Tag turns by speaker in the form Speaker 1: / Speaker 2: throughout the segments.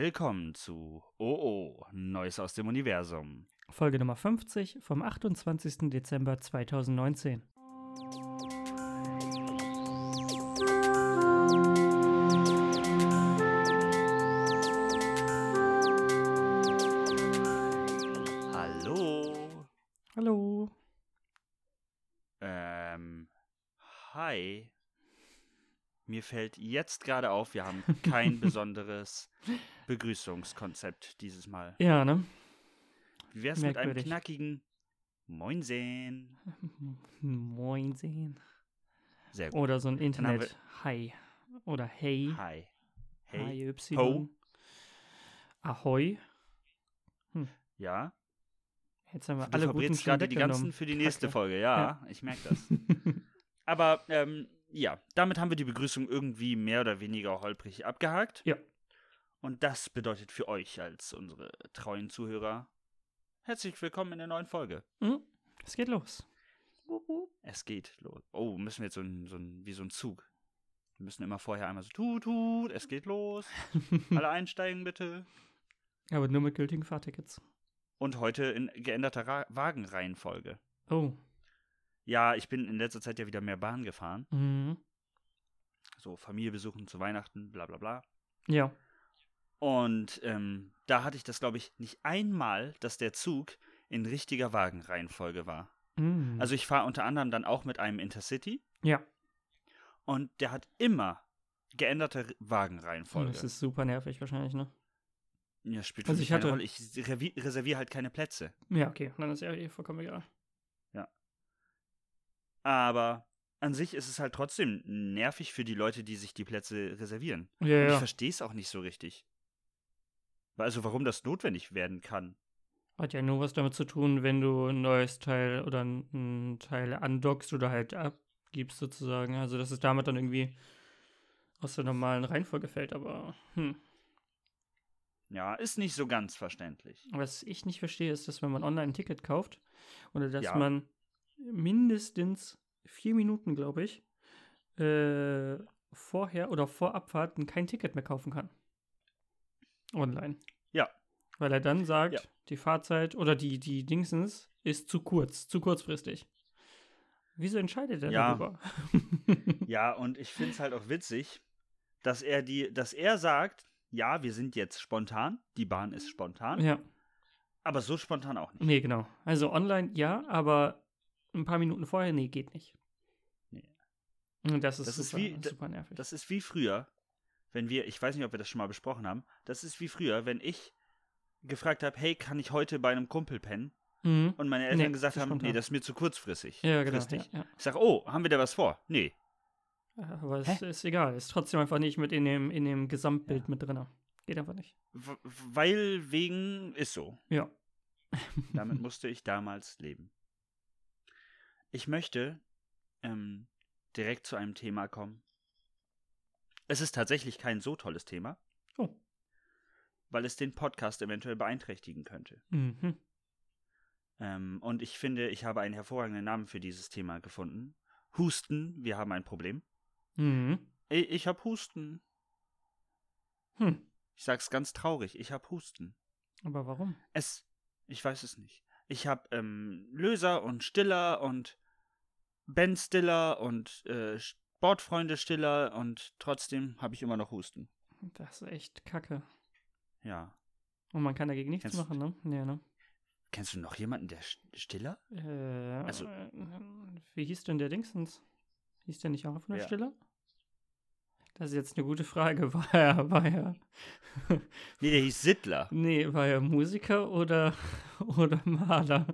Speaker 1: Willkommen zu OO, Neues aus dem Universum.
Speaker 2: Folge Nummer 50 vom 28. Dezember 2019.
Speaker 1: Hallo.
Speaker 2: Hallo.
Speaker 1: Ähm, hi. Mir fällt jetzt gerade auf, wir haben kein besonderes Begrüßungskonzept dieses Mal.
Speaker 2: Ja, ne?
Speaker 1: Wie wär's mit einem
Speaker 2: Merkwürdig.
Speaker 1: knackigen Moinsen?
Speaker 2: Moin sehen.
Speaker 1: Sehr gut.
Speaker 2: Oder so ein
Speaker 1: Dann haben
Speaker 2: Internet. Hi. Oder Hey.
Speaker 1: Hi. Hey.
Speaker 2: Hi, Y.
Speaker 1: Ho.
Speaker 2: Ahoi.
Speaker 1: Ja?
Speaker 2: Jetzt haben wir
Speaker 1: Du
Speaker 2: alle guten
Speaker 1: verbrätst
Speaker 2: schon
Speaker 1: gerade die ganzen
Speaker 2: weggenommen.
Speaker 1: für die nächste
Speaker 2: Kacke.
Speaker 1: Folge. Ja, ich merke das. Aber ähm, ja, damit haben wir die Begrüßung irgendwie mehr oder weniger holprig abgehakt.
Speaker 2: Ja.
Speaker 1: Und das bedeutet für euch als unsere treuen Zuhörer herzlich willkommen in der neuen Folge.
Speaker 2: Hm? Es geht los.
Speaker 1: Es geht los. Oh, müssen wir jetzt so ein, so ein wie so ein Zug. Wir müssen immer vorher einmal so tut, tut, es geht los. Alle einsteigen bitte.
Speaker 2: Aber nur mit gültigen Fahrtickets.
Speaker 1: Und heute in geänderter Ra Wagenreihenfolge.
Speaker 2: Oh.
Speaker 1: Ja, ich bin in letzter Zeit ja wieder mehr Bahn gefahren.
Speaker 2: Mhm.
Speaker 1: So Familie besuchen zu Weihnachten, bla bla bla.
Speaker 2: Ja.
Speaker 1: Und ähm, da hatte ich das, glaube ich, nicht einmal, dass der Zug in richtiger Wagenreihenfolge war.
Speaker 2: Mhm.
Speaker 1: Also ich fahre unter anderem dann auch mit einem Intercity
Speaker 2: ja.
Speaker 1: und der hat immer geänderte R- Wagenreihenfolge.
Speaker 2: Das ist super nervig wahrscheinlich, ne?
Speaker 1: ja, spielt für
Speaker 2: also
Speaker 1: mich
Speaker 2: ich hatte-
Speaker 1: keine Rolle. Ich revi- reserviere halt keine Plätze.
Speaker 2: Ja, okay. Dann ist ja eh vollkommen egal.
Speaker 1: Aber an sich ist es halt trotzdem nervig für die Leute, die sich die Plätze reservieren.
Speaker 2: Ja,
Speaker 1: Und ich
Speaker 2: ja.
Speaker 1: verstehe es auch nicht so richtig. Also warum das notwendig werden kann.
Speaker 2: Hat ja nur was damit zu tun, wenn du ein neues Teil oder ein Teil andockst oder halt abgibst sozusagen. Also dass es damit dann irgendwie aus der normalen Reihenfolge fällt, aber hm.
Speaker 1: Ja, ist nicht so ganz verständlich.
Speaker 2: Was ich nicht verstehe, ist, dass wenn man online ein Ticket kauft oder dass
Speaker 1: Ja.
Speaker 2: man mindestens vier Minuten, glaube ich, äh, vorher oder vor Abfahrten kein Ticket mehr kaufen kann. Online.
Speaker 1: Ja.
Speaker 2: Weil er dann sagt,
Speaker 1: Ja.
Speaker 2: die Fahrzeit oder die, die Dingsens ist zu kurz, zu kurzfristig. Wieso entscheidet er
Speaker 1: Ja.
Speaker 2: darüber?
Speaker 1: Ja, und ich finde es halt auch witzig, dass er die, dass er sagt, ja, wir sind jetzt spontan, die Bahn ist spontan,
Speaker 2: ja.
Speaker 1: aber so spontan auch nicht.
Speaker 2: Nee, genau. Also online ja, aber ein paar Minuten vorher, nee, geht nicht.
Speaker 1: Nee.
Speaker 2: Und das ist,
Speaker 1: Das ist
Speaker 2: super,
Speaker 1: wie-
Speaker 2: super nervig.
Speaker 1: Das ist wie früher, wenn wir, ich weiß nicht, ob wir das schon mal besprochen haben, das ist wie früher, wenn ich gefragt habe, hey, kann ich heute bei einem Kumpel pennen?
Speaker 2: mhm.
Speaker 1: Und meine Eltern
Speaker 2: Nee,
Speaker 1: gesagt
Speaker 2: zu
Speaker 1: haben,
Speaker 2: spontan.
Speaker 1: nee, das ist mir zu kurzfristig.
Speaker 2: Ja, genau. Ja,
Speaker 1: fristig.
Speaker 2: ja.
Speaker 1: Ich sag, oh, haben wir da was vor? Nee.
Speaker 2: Aber es
Speaker 1: Hä?
Speaker 2: ist egal. Ist trotzdem einfach nicht mit in dem, in dem Gesamtbild mit drin. Geht einfach nicht.
Speaker 1: W weil wegen ist so.
Speaker 2: Ja.
Speaker 1: Damit musste ich damals leben. Ich möchte ähm, direkt zu einem Thema kommen. Es ist tatsächlich kein so tolles Thema,
Speaker 2: Oh.
Speaker 1: weil es den Podcast eventuell beeinträchtigen könnte.
Speaker 2: Mhm.
Speaker 1: Ähm, und ich finde, ich habe einen hervorragenden Namen für dieses Thema gefunden. Husten, wir haben ein Problem.
Speaker 2: Mhm.
Speaker 1: I- Ich habe Husten.
Speaker 2: Hm.
Speaker 1: Ich sag's ganz traurig, ich habe Husten.
Speaker 2: Aber warum?
Speaker 1: Es, ich weiß es nicht. Ich habe ähm, Löser und Stiller und Ben Stiller und äh, Sportfreunde Stiller und trotzdem habe ich immer noch Husten.
Speaker 2: Das ist echt kacke.
Speaker 1: Ja.
Speaker 2: Und man kann dagegen nichts
Speaker 1: Kennst-
Speaker 2: machen, ne? Nee, ne?
Speaker 1: Kennst du noch jemanden, der Sch- Stiller?
Speaker 2: Äh,
Speaker 1: Also-
Speaker 2: äh, wie hieß denn der Dingsens? Hieß der nicht auch von der
Speaker 1: Ja.
Speaker 2: Stille? Das ist jetzt eine gute Frage. War er, war er,
Speaker 1: Nee, der hieß Sittler.
Speaker 2: nee, war er Musiker oder, oder Maler?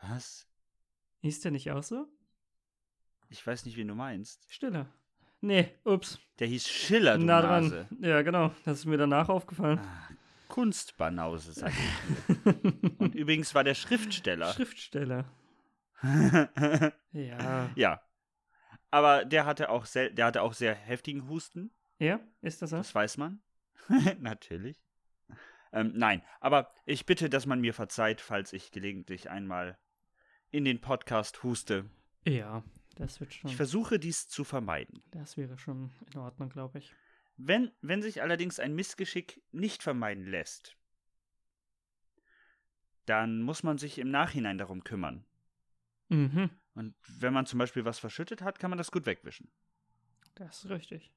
Speaker 1: Was?
Speaker 2: Hieß der nicht auch so?
Speaker 1: Ich weiß nicht, wen du meinst.
Speaker 2: Stille. Nee, ups.
Speaker 1: Der hieß Schiller, du
Speaker 2: Na
Speaker 1: Nase.
Speaker 2: dran. Ja, genau. Das ist mir danach aufgefallen.
Speaker 1: Ah, Kunstbanause, sag ich. Und übrigens war der Schriftsteller.
Speaker 2: Schriftsteller. Ja.
Speaker 1: ja. Aber der hatte auch sel der hatte auch sehr heftigen Husten.
Speaker 2: Ja, ist das er?
Speaker 1: Das weiß man. Natürlich. Ähm, nein, aber ich bitte, dass man mir verzeiht, falls ich gelegentlich einmal in den Podcast huste.
Speaker 2: Ja, das wird schon.
Speaker 1: Ich versuche dies zu vermeiden.
Speaker 2: Das wäre schon in Ordnung, glaube ich.
Speaker 1: Wenn, wenn sich allerdings ein Missgeschick nicht vermeiden lässt, dann muss man sich im Nachhinein darum kümmern.
Speaker 2: Mhm.
Speaker 1: Und wenn man zum Beispiel was verschüttet hat, kann man das gut wegwischen.
Speaker 2: Das ist richtig.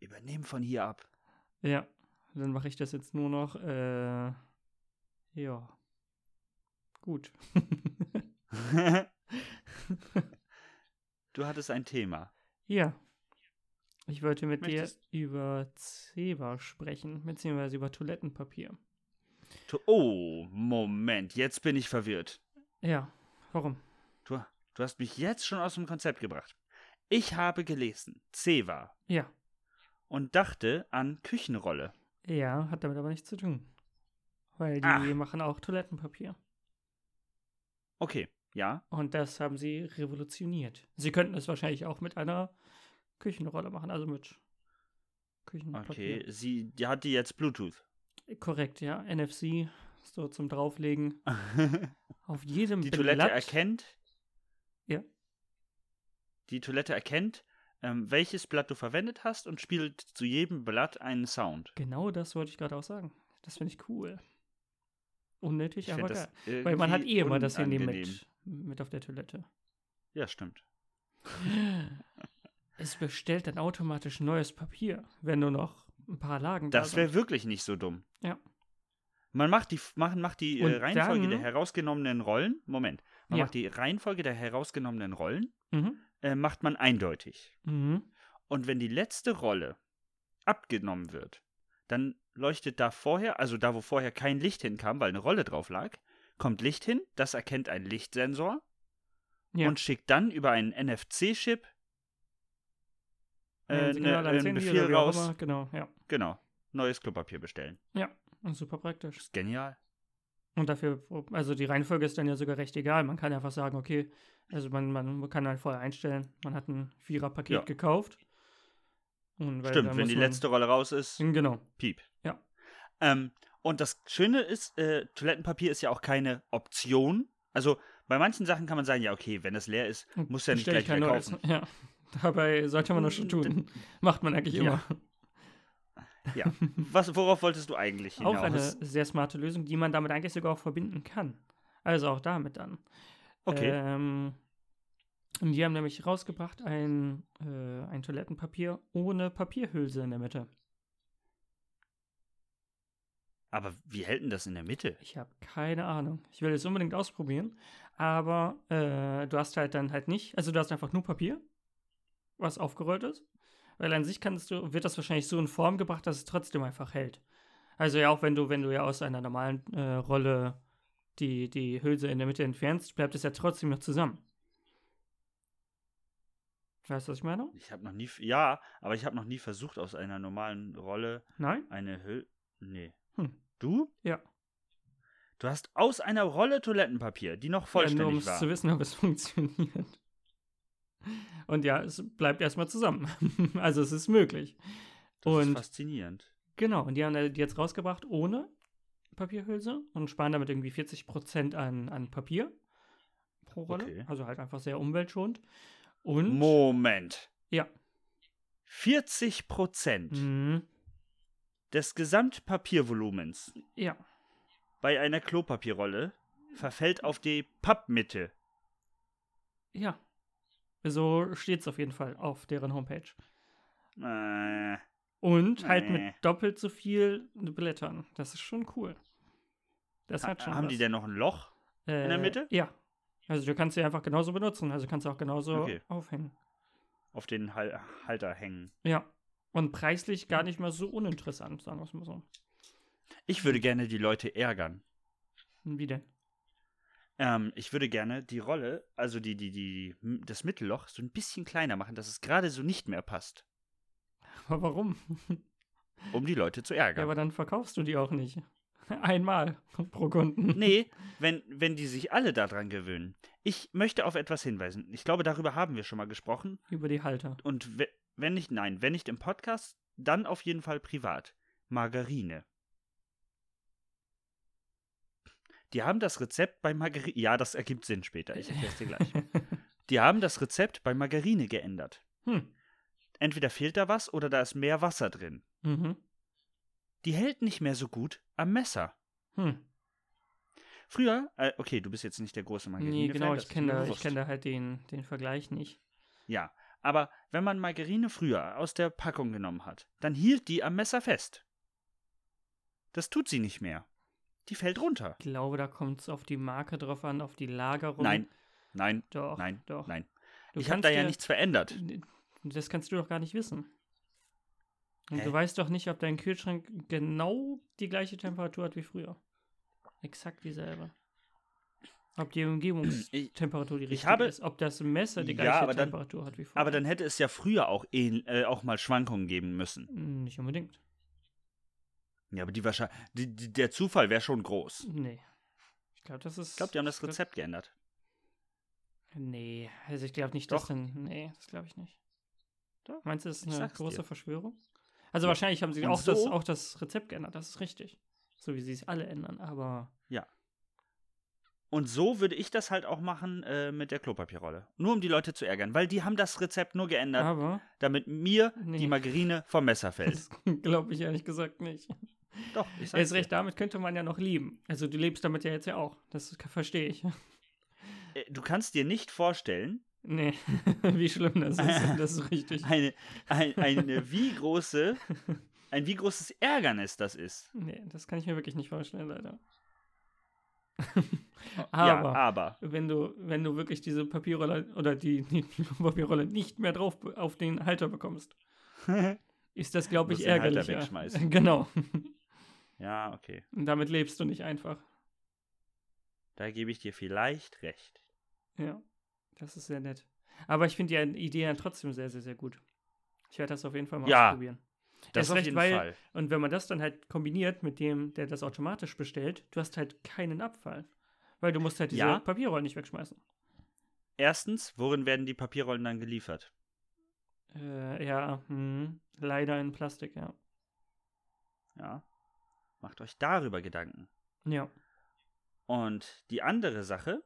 Speaker 1: Übernehmen von hier ab.
Speaker 2: ja, dann mache ich das jetzt nur noch. Äh, ja. Gut.
Speaker 1: du hattest ein Thema.
Speaker 2: ja. Ich wollte mit
Speaker 1: Möchtest-
Speaker 2: dir über Zewa sprechen, beziehungsweise über Toilettenpapier.
Speaker 1: Tu- Oh, Moment, jetzt bin ich verwirrt.
Speaker 2: Ja, warum?
Speaker 1: Du, du hast mich jetzt schon aus dem Konzept gebracht. Ich habe gelesen, Ceva,
Speaker 2: Ja.
Speaker 1: und dachte an Küchenrolle.
Speaker 2: Ja, hat damit aber nichts zu tun. Weil die
Speaker 1: Ach.
Speaker 2: machen auch Toilettenpapier.
Speaker 1: Okay, ja,
Speaker 2: Und das haben sie revolutioniert. Sie könnten es wahrscheinlich auch mit einer Küchenrolle machen, also mit Küchenpapier.
Speaker 1: okay. Sie die hat die jetzt Bluetooth.
Speaker 2: Korrekt, ja. NFC, so zum Drauflegen. Auf jedem
Speaker 1: die
Speaker 2: Blatt.
Speaker 1: Toilette erkennt.
Speaker 2: Ja.
Speaker 1: Die Toilette erkennt, ähm, welches Blatt du verwendet hast und spielt zu jedem Blatt einen Sound.
Speaker 2: Genau das wollte ich gerade auch sagen. Das finde ich cool. Unnötig, aber
Speaker 1: find
Speaker 2: geil. Weil man hat eh
Speaker 1: irgendwie
Speaker 2: immer das Handy
Speaker 1: unangenehm.
Speaker 2: mit, mit auf der Toilette.
Speaker 1: Ja, stimmt.
Speaker 2: Es bestellt dann automatisch neues Papier, wenn nur noch ein paar Lagen da
Speaker 1: Das
Speaker 2: sind.
Speaker 1: wäre wirklich nicht so dumm.
Speaker 2: Ja.
Speaker 1: Man macht die, machen, macht die äh,
Speaker 2: Und
Speaker 1: Reihenfolge
Speaker 2: dann-
Speaker 1: der herausgenommenen Rollen. Moment. Man
Speaker 2: Ja.
Speaker 1: macht die Reihenfolge der herausgenommenen Rollen,
Speaker 2: Mhm.
Speaker 1: äh, macht man eindeutig.
Speaker 2: Mhm.
Speaker 1: Und wenn die letzte Rolle abgenommen wird, dann leuchtet da vorher, also da, wo vorher kein Licht hinkam, weil eine Rolle drauf lag, kommt Licht hin, das erkennt ein Lichtsensor
Speaker 2: Ja.
Speaker 1: und schickt dann über einen NFC-Chip äh,
Speaker 2: Ja,
Speaker 1: ne,
Speaker 2: Signal ans
Speaker 1: einen
Speaker 2: Handy
Speaker 1: Befehl
Speaker 2: oder wie auch
Speaker 1: raus.
Speaker 2: immer. Genau, ja.
Speaker 1: Genau. Neues Klopapier bestellen.
Speaker 2: Und super praktisch.
Speaker 1: Ist genial.
Speaker 2: Und dafür, also die Reihenfolge ist dann ja sogar recht egal. Man kann einfach sagen, okay, also man, man kann halt vorher einstellen, man hat ein Vierer-Paket
Speaker 1: Ja.
Speaker 2: gekauft. Und weil
Speaker 1: Stimmt,
Speaker 2: dann
Speaker 1: wenn
Speaker 2: muss
Speaker 1: die
Speaker 2: man-
Speaker 1: letzte Rolle raus ist,
Speaker 2: Genau.
Speaker 1: piep.
Speaker 2: Ja.
Speaker 1: Ähm, und das Schöne ist, äh, Toilettenpapier ist ja auch keine Option. Also bei manchen Sachen kann man sagen, ja, okay, wenn das leer ist,
Speaker 2: Und
Speaker 1: muss ja nicht
Speaker 2: bestell ich
Speaker 1: gleich
Speaker 2: kein neues.
Speaker 1: verkaufen.
Speaker 2: Ja. Dabei sollte man das schon tun. Macht man eigentlich
Speaker 1: Ja.
Speaker 2: immer.
Speaker 1: Ja. Was, worauf wolltest du eigentlich hinaus?
Speaker 2: Auch Mhm. eine sehr smarte Lösung, die man damit eigentlich sogar auch verbinden kann. Also auch damit dann.
Speaker 1: okay.
Speaker 2: Ähm, und die haben nämlich rausgebracht ein, äh, ein Toilettenpapier ohne Papierhülse in der Mitte.
Speaker 1: Aber wie hält denn das in der Mitte?
Speaker 2: Ich habe keine Ahnung. Ich will es unbedingt ausprobieren. Aber äh, du hast halt dann halt nicht, also du hast einfach nur Papier, was aufgerollt ist. Weil an sich kannst du, wird das wahrscheinlich so in Form gebracht, dass es trotzdem einfach hält. Also ja, auch wenn du, wenn du ja aus einer normalen äh, Rolle die, die Hülse in der Mitte entfernst, bleibt es ja trotzdem noch zusammen. Weißt du, was ich meine?
Speaker 1: Ich habe noch nie, ja, aber ich habe noch nie versucht, aus einer normalen Rolle
Speaker 2: Nein?
Speaker 1: eine Hülle. Nee.
Speaker 2: Hm.
Speaker 1: Du?
Speaker 2: Ja.
Speaker 1: Du hast aus einer Rolle Toilettenpapier, die noch
Speaker 2: ja, nur um
Speaker 1: vollständig
Speaker 2: es zu
Speaker 1: war.
Speaker 2: wissen, ob es funktioniert. Und ja, es bleibt erstmal zusammen. also es ist möglich.
Speaker 1: Das ist
Speaker 2: und-
Speaker 1: faszinierend.
Speaker 2: Genau, und die haben die jetzt rausgebracht ohne Papierhülse und sparen damit irgendwie 40% an, an Papier pro Rolle.
Speaker 1: Okay.
Speaker 2: Also halt einfach sehr umweltschonend. Und
Speaker 1: Moment.
Speaker 2: Ja.
Speaker 1: 40 Prozent
Speaker 2: Mhm.
Speaker 1: des Gesamtpapiervolumens
Speaker 2: ja,
Speaker 1: bei einer Klopapierrolle verfällt auf die Pappmitte.
Speaker 2: ja. So steht es auf jeden Fall auf deren Homepage.
Speaker 1: Äh,
Speaker 2: Und halt
Speaker 1: Nee.
Speaker 2: mit doppelt so viel Blättern. Das ist schon cool. Das hat schon
Speaker 1: haben
Speaker 2: was.
Speaker 1: die denn noch ein Loch? in der
Speaker 2: Äh,
Speaker 1: Mitte?
Speaker 2: Ja. Also du kannst sie einfach genauso benutzen. Also kannst du auch genauso
Speaker 1: Okay.
Speaker 2: aufhängen.
Speaker 1: Auf den Hal Halter hängen.
Speaker 2: Ja. Und preislich gar nicht mal so uninteressant, sagen wir es mal so.
Speaker 1: Ich würde gerne die Leute ärgern.
Speaker 2: Hm, Wie denn?
Speaker 1: Ähm, ich würde gerne die Rolle, also die, die, die, das Mittelloch so ein bisschen kleiner machen, dass es gerade so nicht mehr passt,
Speaker 2: Aber warum?
Speaker 1: um die Leute zu
Speaker 2: Ja,
Speaker 1: ärgern.
Speaker 2: aber dann verkaufst du die auch nicht. Einmal pro Kunden.
Speaker 1: Nee, wenn, wenn die sich alle daran gewöhnen. Ich möchte auf etwas hinweisen. Ich glaube, darüber haben wir schon mal gesprochen.
Speaker 2: Über die Halter.
Speaker 1: Und we- wenn nicht, nein, wenn nicht im Podcast, dann auf jeden Fall privat. Margarine. Die haben das Rezept bei Margarine. Ja, das ergibt Sinn später. Ich erkläre es dir gleich. Die haben das Rezept bei Margarine geändert.
Speaker 2: Hm.
Speaker 1: Entweder fehlt da was oder da ist mehr Wasser drin.
Speaker 2: Mhm.
Speaker 1: Die hält nicht mehr so gut am Messer.
Speaker 2: Hm.
Speaker 1: Früher, äh, okay, du bist jetzt nicht der große Margarine.
Speaker 2: Nee, genau, ich kenne da,
Speaker 1: das.
Speaker 2: ich kenn da halt den, den Vergleich nicht.
Speaker 1: Ja, aber wenn man Margarine früher aus der Packung genommen hat, dann hielt die am Messer fest. Das tut sie nicht mehr. Die fällt runter.
Speaker 2: Ich glaube, da kommt es auf die Marke drauf an, auf die Lagerung.
Speaker 1: Nein, nein,
Speaker 2: doch,
Speaker 1: nein,
Speaker 2: doch.
Speaker 1: nein.
Speaker 2: Du
Speaker 1: ich habe
Speaker 2: kannst
Speaker 1: da ja
Speaker 2: dir-
Speaker 1: nichts verändert.
Speaker 2: Das kannst du doch gar nicht wissen. Und
Speaker 1: Hä?
Speaker 2: du weißt doch nicht, ob dein Kühlschrank genau die gleiche Temperatur hat wie früher. Exakt dieselbe. Ob die
Speaker 1: Ich-
Speaker 2: Umgebungstemperatur die richtige
Speaker 1: habe-
Speaker 2: ist. Ob das Messer die
Speaker 1: Ja,
Speaker 2: gleiche
Speaker 1: aber dann-
Speaker 2: Temperatur hat wie früher.
Speaker 1: Aber dann hätte es ja früher auch, ähn- äh, auch mal Schwankungen geben müssen.
Speaker 2: Hm, Nicht unbedingt.
Speaker 1: Ja, aber die wahrscheinlich, die, die, der Zufall wäre schon groß.
Speaker 2: Nee. Ich glaube, das ist.
Speaker 1: Ich glaube, die haben das
Speaker 2: glaub-
Speaker 1: Rezept geändert.
Speaker 2: Nee, also ich glaube nicht,
Speaker 1: Doch.
Speaker 2: dass dann. Nee, das glaube ich nicht.
Speaker 1: Doch,
Speaker 2: Meinst du, das ist
Speaker 1: ich
Speaker 2: eine
Speaker 1: sag's dir.
Speaker 2: große Verschwörung? Also
Speaker 1: Ja.
Speaker 2: wahrscheinlich haben sie
Speaker 1: Und
Speaker 2: auch, das,
Speaker 1: so-
Speaker 2: auch das Rezept geändert, das ist richtig. So wie sie es alle ändern, aber
Speaker 1: Und so würde ich das halt auch machen äh, mit der Klopapierrolle. Nur um die Leute zu ärgern, weil die haben das Rezept nur geändert,
Speaker 2: aber
Speaker 1: damit mir
Speaker 2: Ah. Nee.
Speaker 1: die Margarine vom Messer fällt.
Speaker 2: das glaube ich ehrlich gesagt nicht.
Speaker 1: Doch, ich
Speaker 2: Er
Speaker 1: sag's
Speaker 2: ist
Speaker 1: dir.
Speaker 2: recht, damit könnte man ja noch leben. Also du lebst damit ja jetzt ja auch. Das k- verstehe ich.
Speaker 1: Äh, Du kannst dir nicht vorstellen,
Speaker 2: Nee, wie schlimm das ist. Das ist richtig.
Speaker 1: eine, ein, eine wie große, ein wie großes Ärgernis das ist.
Speaker 2: Nee, das kann ich mir wirklich nicht vorstellen, leider.
Speaker 1: ja,
Speaker 2: aber
Speaker 1: aber.
Speaker 2: wenn du, wenn du wirklich diese Papierrolle oder die, die Papierrolle nicht mehr drauf be- auf den Halter bekommst, ist das, glaube
Speaker 1: Musst
Speaker 2: ich,
Speaker 1: den Halter
Speaker 2: ärgerlicher.
Speaker 1: wegschmeißen.
Speaker 2: Genau.
Speaker 1: ja, okay.
Speaker 2: Und damit lebst du nicht einfach.
Speaker 1: Da gebe ich dir vielleicht recht.
Speaker 2: Ja, das ist sehr nett. Aber ich finde die Idee dann trotzdem sehr, sehr, sehr gut. Ich werde das auf jeden Fall mal
Speaker 1: Ja,
Speaker 2: ausprobieren.
Speaker 1: Das
Speaker 2: Erst
Speaker 1: auf
Speaker 2: recht,
Speaker 1: jeden
Speaker 2: weil-
Speaker 1: Fall.
Speaker 2: Und wenn man das dann halt kombiniert mit dem, der das automatisch bestellt, du hast halt keinen Abfall. Weil du musst halt diese
Speaker 1: Ja.
Speaker 2: Papierrollen nicht wegschmeißen.
Speaker 1: Erstens, worin werden die Papierrollen dann geliefert?
Speaker 2: Äh, ja, hm, leider in Plastik, ja.
Speaker 1: Ja. Macht euch darüber Gedanken.
Speaker 2: Ja.
Speaker 1: Und die andere Sache,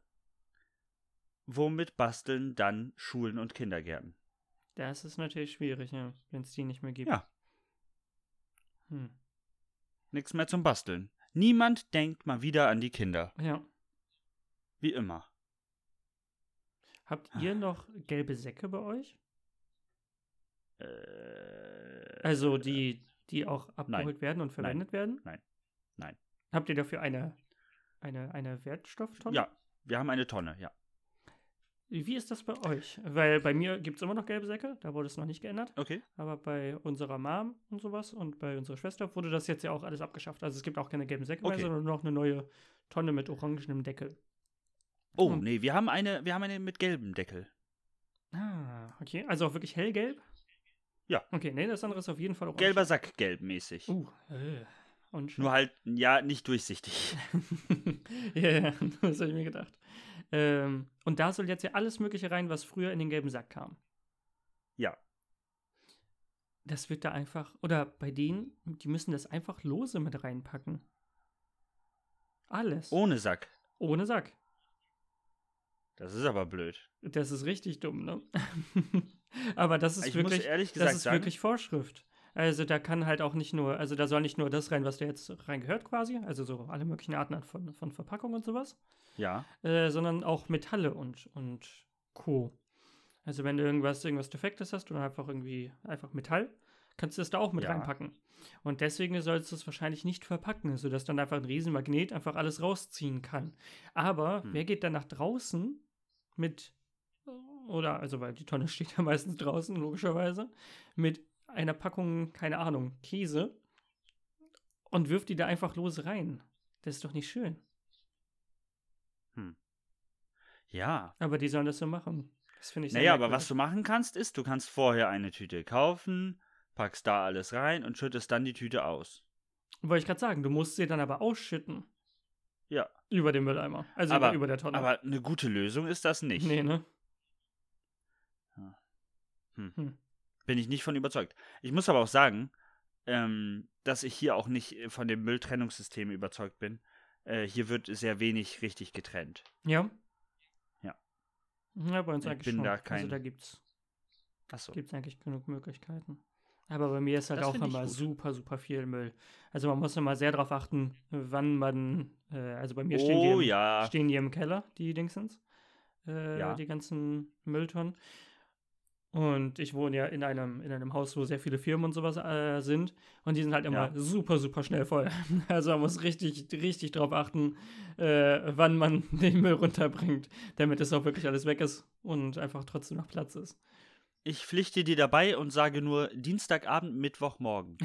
Speaker 1: womit basteln dann Schulen und Kindergärten?
Speaker 2: Das ist natürlich schwierig, ja, wenn es die nicht mehr gibt.
Speaker 1: Ja.
Speaker 2: Hm.
Speaker 1: Nichts mehr zum Basteln. Niemand denkt mal wieder an die Kinder.
Speaker 2: Ja.
Speaker 1: Wie immer. Ah.
Speaker 2: Habt ihr noch gelbe Säcke bei euch?
Speaker 1: Äh,
Speaker 2: Also die, die auch
Speaker 1: nein.
Speaker 2: abgeholt werden und verwendet werden?
Speaker 1: Nein. Nein.
Speaker 2: Habt ihr dafür eine, eine, eine Wertstofftonne?
Speaker 1: Ja, wir haben eine Tonne, ja.
Speaker 2: Wie ist das bei euch? Weil bei mir gibt es immer noch gelbe Säcke, da wurde es noch nicht geändert.
Speaker 1: Okay.
Speaker 2: Aber bei unserer Mom und sowas und bei unserer Schwester wurde das jetzt ja auch alles abgeschafft. Also es gibt auch keine gelben Säcke mehr,
Speaker 1: Okay.
Speaker 2: sondern nur noch eine neue Tonne mit orangenem Deckel.
Speaker 1: Oh,
Speaker 2: Hm.
Speaker 1: nee, wir haben eine, wir haben eine mit gelbem Deckel.
Speaker 2: Ah, okay. Also auch wirklich hellgelb?
Speaker 1: Ja.
Speaker 2: Okay, nee, das andere ist auf jeden Fall orange.
Speaker 1: Gelber Sack, gelb mäßig.
Speaker 2: Uh, äh, unschön.
Speaker 1: Nur halt, ja, nicht durchsichtig.
Speaker 2: ja, ja, das habe ich mir gedacht. Ähm, und da soll jetzt ja alles Mögliche rein, was früher in den gelben Sack kam.
Speaker 1: Ja.
Speaker 2: Das wird da einfach, oder bei denen, die müssen das einfach lose mit reinpacken. Alles.
Speaker 1: Ohne Sack.
Speaker 2: Ohne Sack.
Speaker 1: Das ist aber blöd.
Speaker 2: Das ist richtig dumm, ne? Aber das ist
Speaker 1: ich
Speaker 2: wirklich.
Speaker 1: muss ehrlich gesagt
Speaker 2: Das ist
Speaker 1: sagen,
Speaker 2: wirklich Vorschrift. Also da kann halt auch nicht nur, also da soll nicht nur das rein, was da jetzt reingehört quasi, also so alle möglichen Arten an- von, von Verpackung und sowas,
Speaker 1: ja,
Speaker 2: äh, sondern auch Metalle und, und Co. Also wenn du irgendwas, irgendwas Defektes hast oder einfach irgendwie einfach Metall, kannst du das da auch mit
Speaker 1: Ja.
Speaker 2: reinpacken. Und deswegen sollst du es wahrscheinlich nicht verpacken, sodass dann einfach ein Riesenmagnet einfach alles rausziehen kann. Aber
Speaker 1: Hm.
Speaker 2: wer geht dann nach draußen mit, oder, also weil die Tonne steht ja meistens draußen, logischerweise, mit einer Packung, keine Ahnung, Käse und wirft die da einfach lose rein. Das ist doch nicht schön.
Speaker 1: ja.
Speaker 2: Aber die sollen das so machen. Das finde ich sehr
Speaker 1: Naja, aber was
Speaker 2: merkwürdig.
Speaker 1: du machen kannst, ist, du kannst vorher eine Tüte kaufen, packst da alles rein und schüttest dann die Tüte aus.
Speaker 2: Wollte ich gerade sagen, du musst sie dann aber ausschütten.
Speaker 1: Ja.
Speaker 2: Über den Mülleimer. Also
Speaker 1: Aber-
Speaker 2: über- über der Tonne.
Speaker 1: Aber eine gute Lösung ist das nicht.
Speaker 2: nee, ne?
Speaker 1: Hm.
Speaker 2: Hm.
Speaker 1: Bin ich nicht von überzeugt. Ich muss aber auch sagen, ähm, dass ich hier auch nicht äh, von dem Mülltrennungssystem überzeugt bin. Äh, hier wird sehr wenig richtig getrennt.
Speaker 2: Ja.
Speaker 1: Ja.
Speaker 2: Ja, bei uns
Speaker 1: Ich
Speaker 2: eigentlich
Speaker 1: bin
Speaker 2: schon.
Speaker 1: da
Speaker 2: Also
Speaker 1: kein-
Speaker 2: da gibt's,
Speaker 1: Achso.
Speaker 2: gibt's eigentlich genug Möglichkeiten. Aber bei mir ist halt
Speaker 1: Das
Speaker 2: auch
Speaker 1: find ich
Speaker 2: immer
Speaker 1: gut.
Speaker 2: super, super viel Müll. Also man muss immer sehr darauf achten, wann man, äh, also bei mir stehen die
Speaker 1: Oh
Speaker 2: im,
Speaker 1: ja.
Speaker 2: stehen die im Keller, die Dingsens. Äh,
Speaker 1: Ja.
Speaker 2: Die ganzen Mülltonnen. Und ich wohne ja in einem, in einem Haus, wo sehr viele Firmen und sowas äh, sind. Und die sind halt immer
Speaker 1: Ja.
Speaker 2: super, super schnell voll. Also man muss richtig, richtig drauf achten, äh, wann man den Müll runterbringt, damit es auch wirklich alles weg ist und einfach trotzdem noch Platz ist.
Speaker 1: Ich pflichte dir dabei und sage nur Dienstagabend, Mittwochmorgen.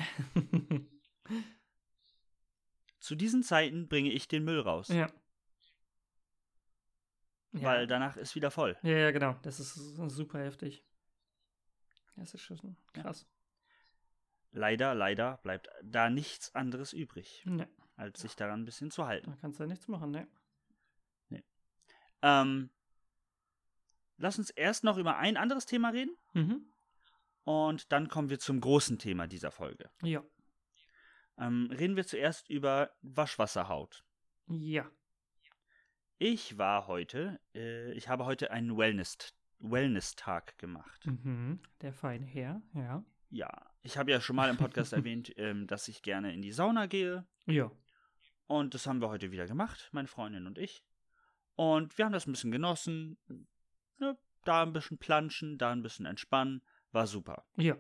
Speaker 1: Zu diesen Zeiten bringe ich den Müll raus,
Speaker 2: ja.
Speaker 1: weil
Speaker 2: ja.
Speaker 1: danach ist wieder voll.
Speaker 2: ja, ja, genau. Das ist super heftig. Das ist schon krass.
Speaker 1: Leider, leider bleibt da nichts anderes übrig,
Speaker 2: Ja.
Speaker 1: als sich daran ein bisschen zu halten.
Speaker 2: Ne, Da kannst du ja nichts machen, ne?
Speaker 1: Ähm, lass uns erst noch über ein anderes Thema reden
Speaker 2: Mhm.
Speaker 1: und dann kommen wir zum großen Thema dieser Folge.
Speaker 2: Ja.
Speaker 1: Ähm, reden wir zuerst über Waschwasserhaut.
Speaker 2: Ja.
Speaker 1: Ich war heute, äh, ich habe heute einen Wellness- Wellness-Tag gemacht.
Speaker 2: Mhm. Der feine Herr, ja.
Speaker 1: Ja, ich habe ja schon mal im Podcast erwähnt, ähm, dass ich gerne in die Sauna gehe.
Speaker 2: Ja.
Speaker 1: Und das haben wir heute wieder gemacht, meine Freundin und ich. Und wir haben das ein bisschen genossen. Ne, da ein bisschen planschen, da ein bisschen entspannen. War super.
Speaker 2: Ja.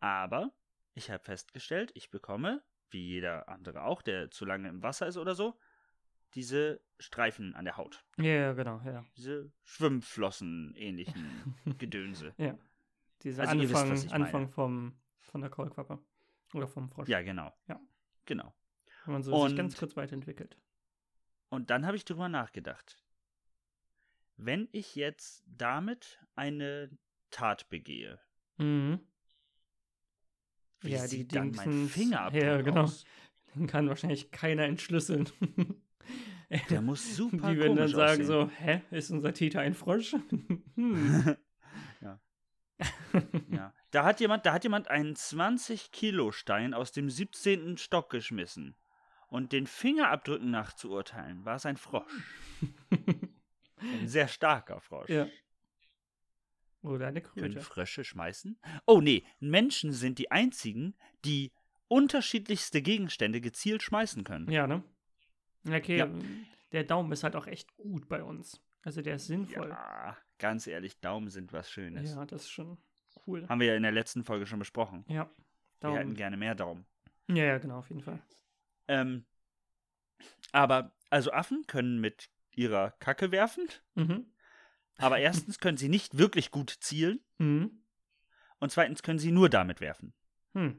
Speaker 1: Aber ich habe festgestellt, ich bekomme, wie jeder andere auch, der zu lange im Wasser ist oder so, diese Streifen an der Haut.
Speaker 2: Ja, ja, genau, ja.
Speaker 1: Diese Schwimmflossen-ähnlichen Gedönse.
Speaker 2: ja. Dieser
Speaker 1: Also ihr wisst,
Speaker 2: Anfang,
Speaker 1: was ich meine.
Speaker 2: Anfang vom, von der Kaulquappe. Oder vom Frosch.
Speaker 1: Ja, genau.
Speaker 2: Ja.
Speaker 1: Genau.
Speaker 2: Wenn man so sich
Speaker 1: Und-
Speaker 2: ganz kurz weiterentwickelt.
Speaker 1: Und dann habe ich drüber nachgedacht. Wenn ich jetzt damit eine Tat begehe,
Speaker 2: Mhm.
Speaker 1: wie
Speaker 2: Ja, die
Speaker 1: sieht dann mein
Speaker 2: Dingsens-
Speaker 1: Fingerabdruck
Speaker 2: ja, genau.
Speaker 1: aus?
Speaker 2: Den kann wahrscheinlich keiner entschlüsseln.
Speaker 1: Der muss
Speaker 2: Die
Speaker 1: super
Speaker 2: würden dann
Speaker 1: komisch
Speaker 2: sagen
Speaker 1: aussehen.
Speaker 2: so, hä, ist unser Täter ein Frosch? Hm.
Speaker 1: ja. Da hat jemand, da hat jemand einen 20 Kilo Stein aus dem 17. Stock geschmissen. Und den Fingerabdrücken nachzuurteilen, war es ein Frosch. Ein sehr starker Frosch.
Speaker 2: ja. Oder eine
Speaker 1: Können
Speaker 2: Kröte.
Speaker 1: Frösche schmeißen? Oh nee, Menschen sind die einzigen, die unterschiedlichste Gegenstände gezielt schmeißen können.
Speaker 2: Ja, ne? Okay,
Speaker 1: Ja.
Speaker 2: der Daumen ist halt auch echt gut bei uns. Also der ist sinnvoll.
Speaker 1: Ja, ganz ehrlich, Daumen sind was Schönes.
Speaker 2: Ja, das ist schon cool.
Speaker 1: Haben wir ja in der letzten Folge schon besprochen. Wir
Speaker 2: Ja,
Speaker 1: hätten
Speaker 2: Daumen.
Speaker 1: gerne mehr Daumen.
Speaker 2: Ja, ja, genau, auf jeden Fall.
Speaker 1: Ähm, aber, also Affen können mit ihrer Kacke werfen,
Speaker 2: Mhm.
Speaker 1: aber erstens können sie nicht wirklich gut zielen
Speaker 2: Mhm.
Speaker 1: und zweitens können sie nur damit werfen.
Speaker 2: Hm.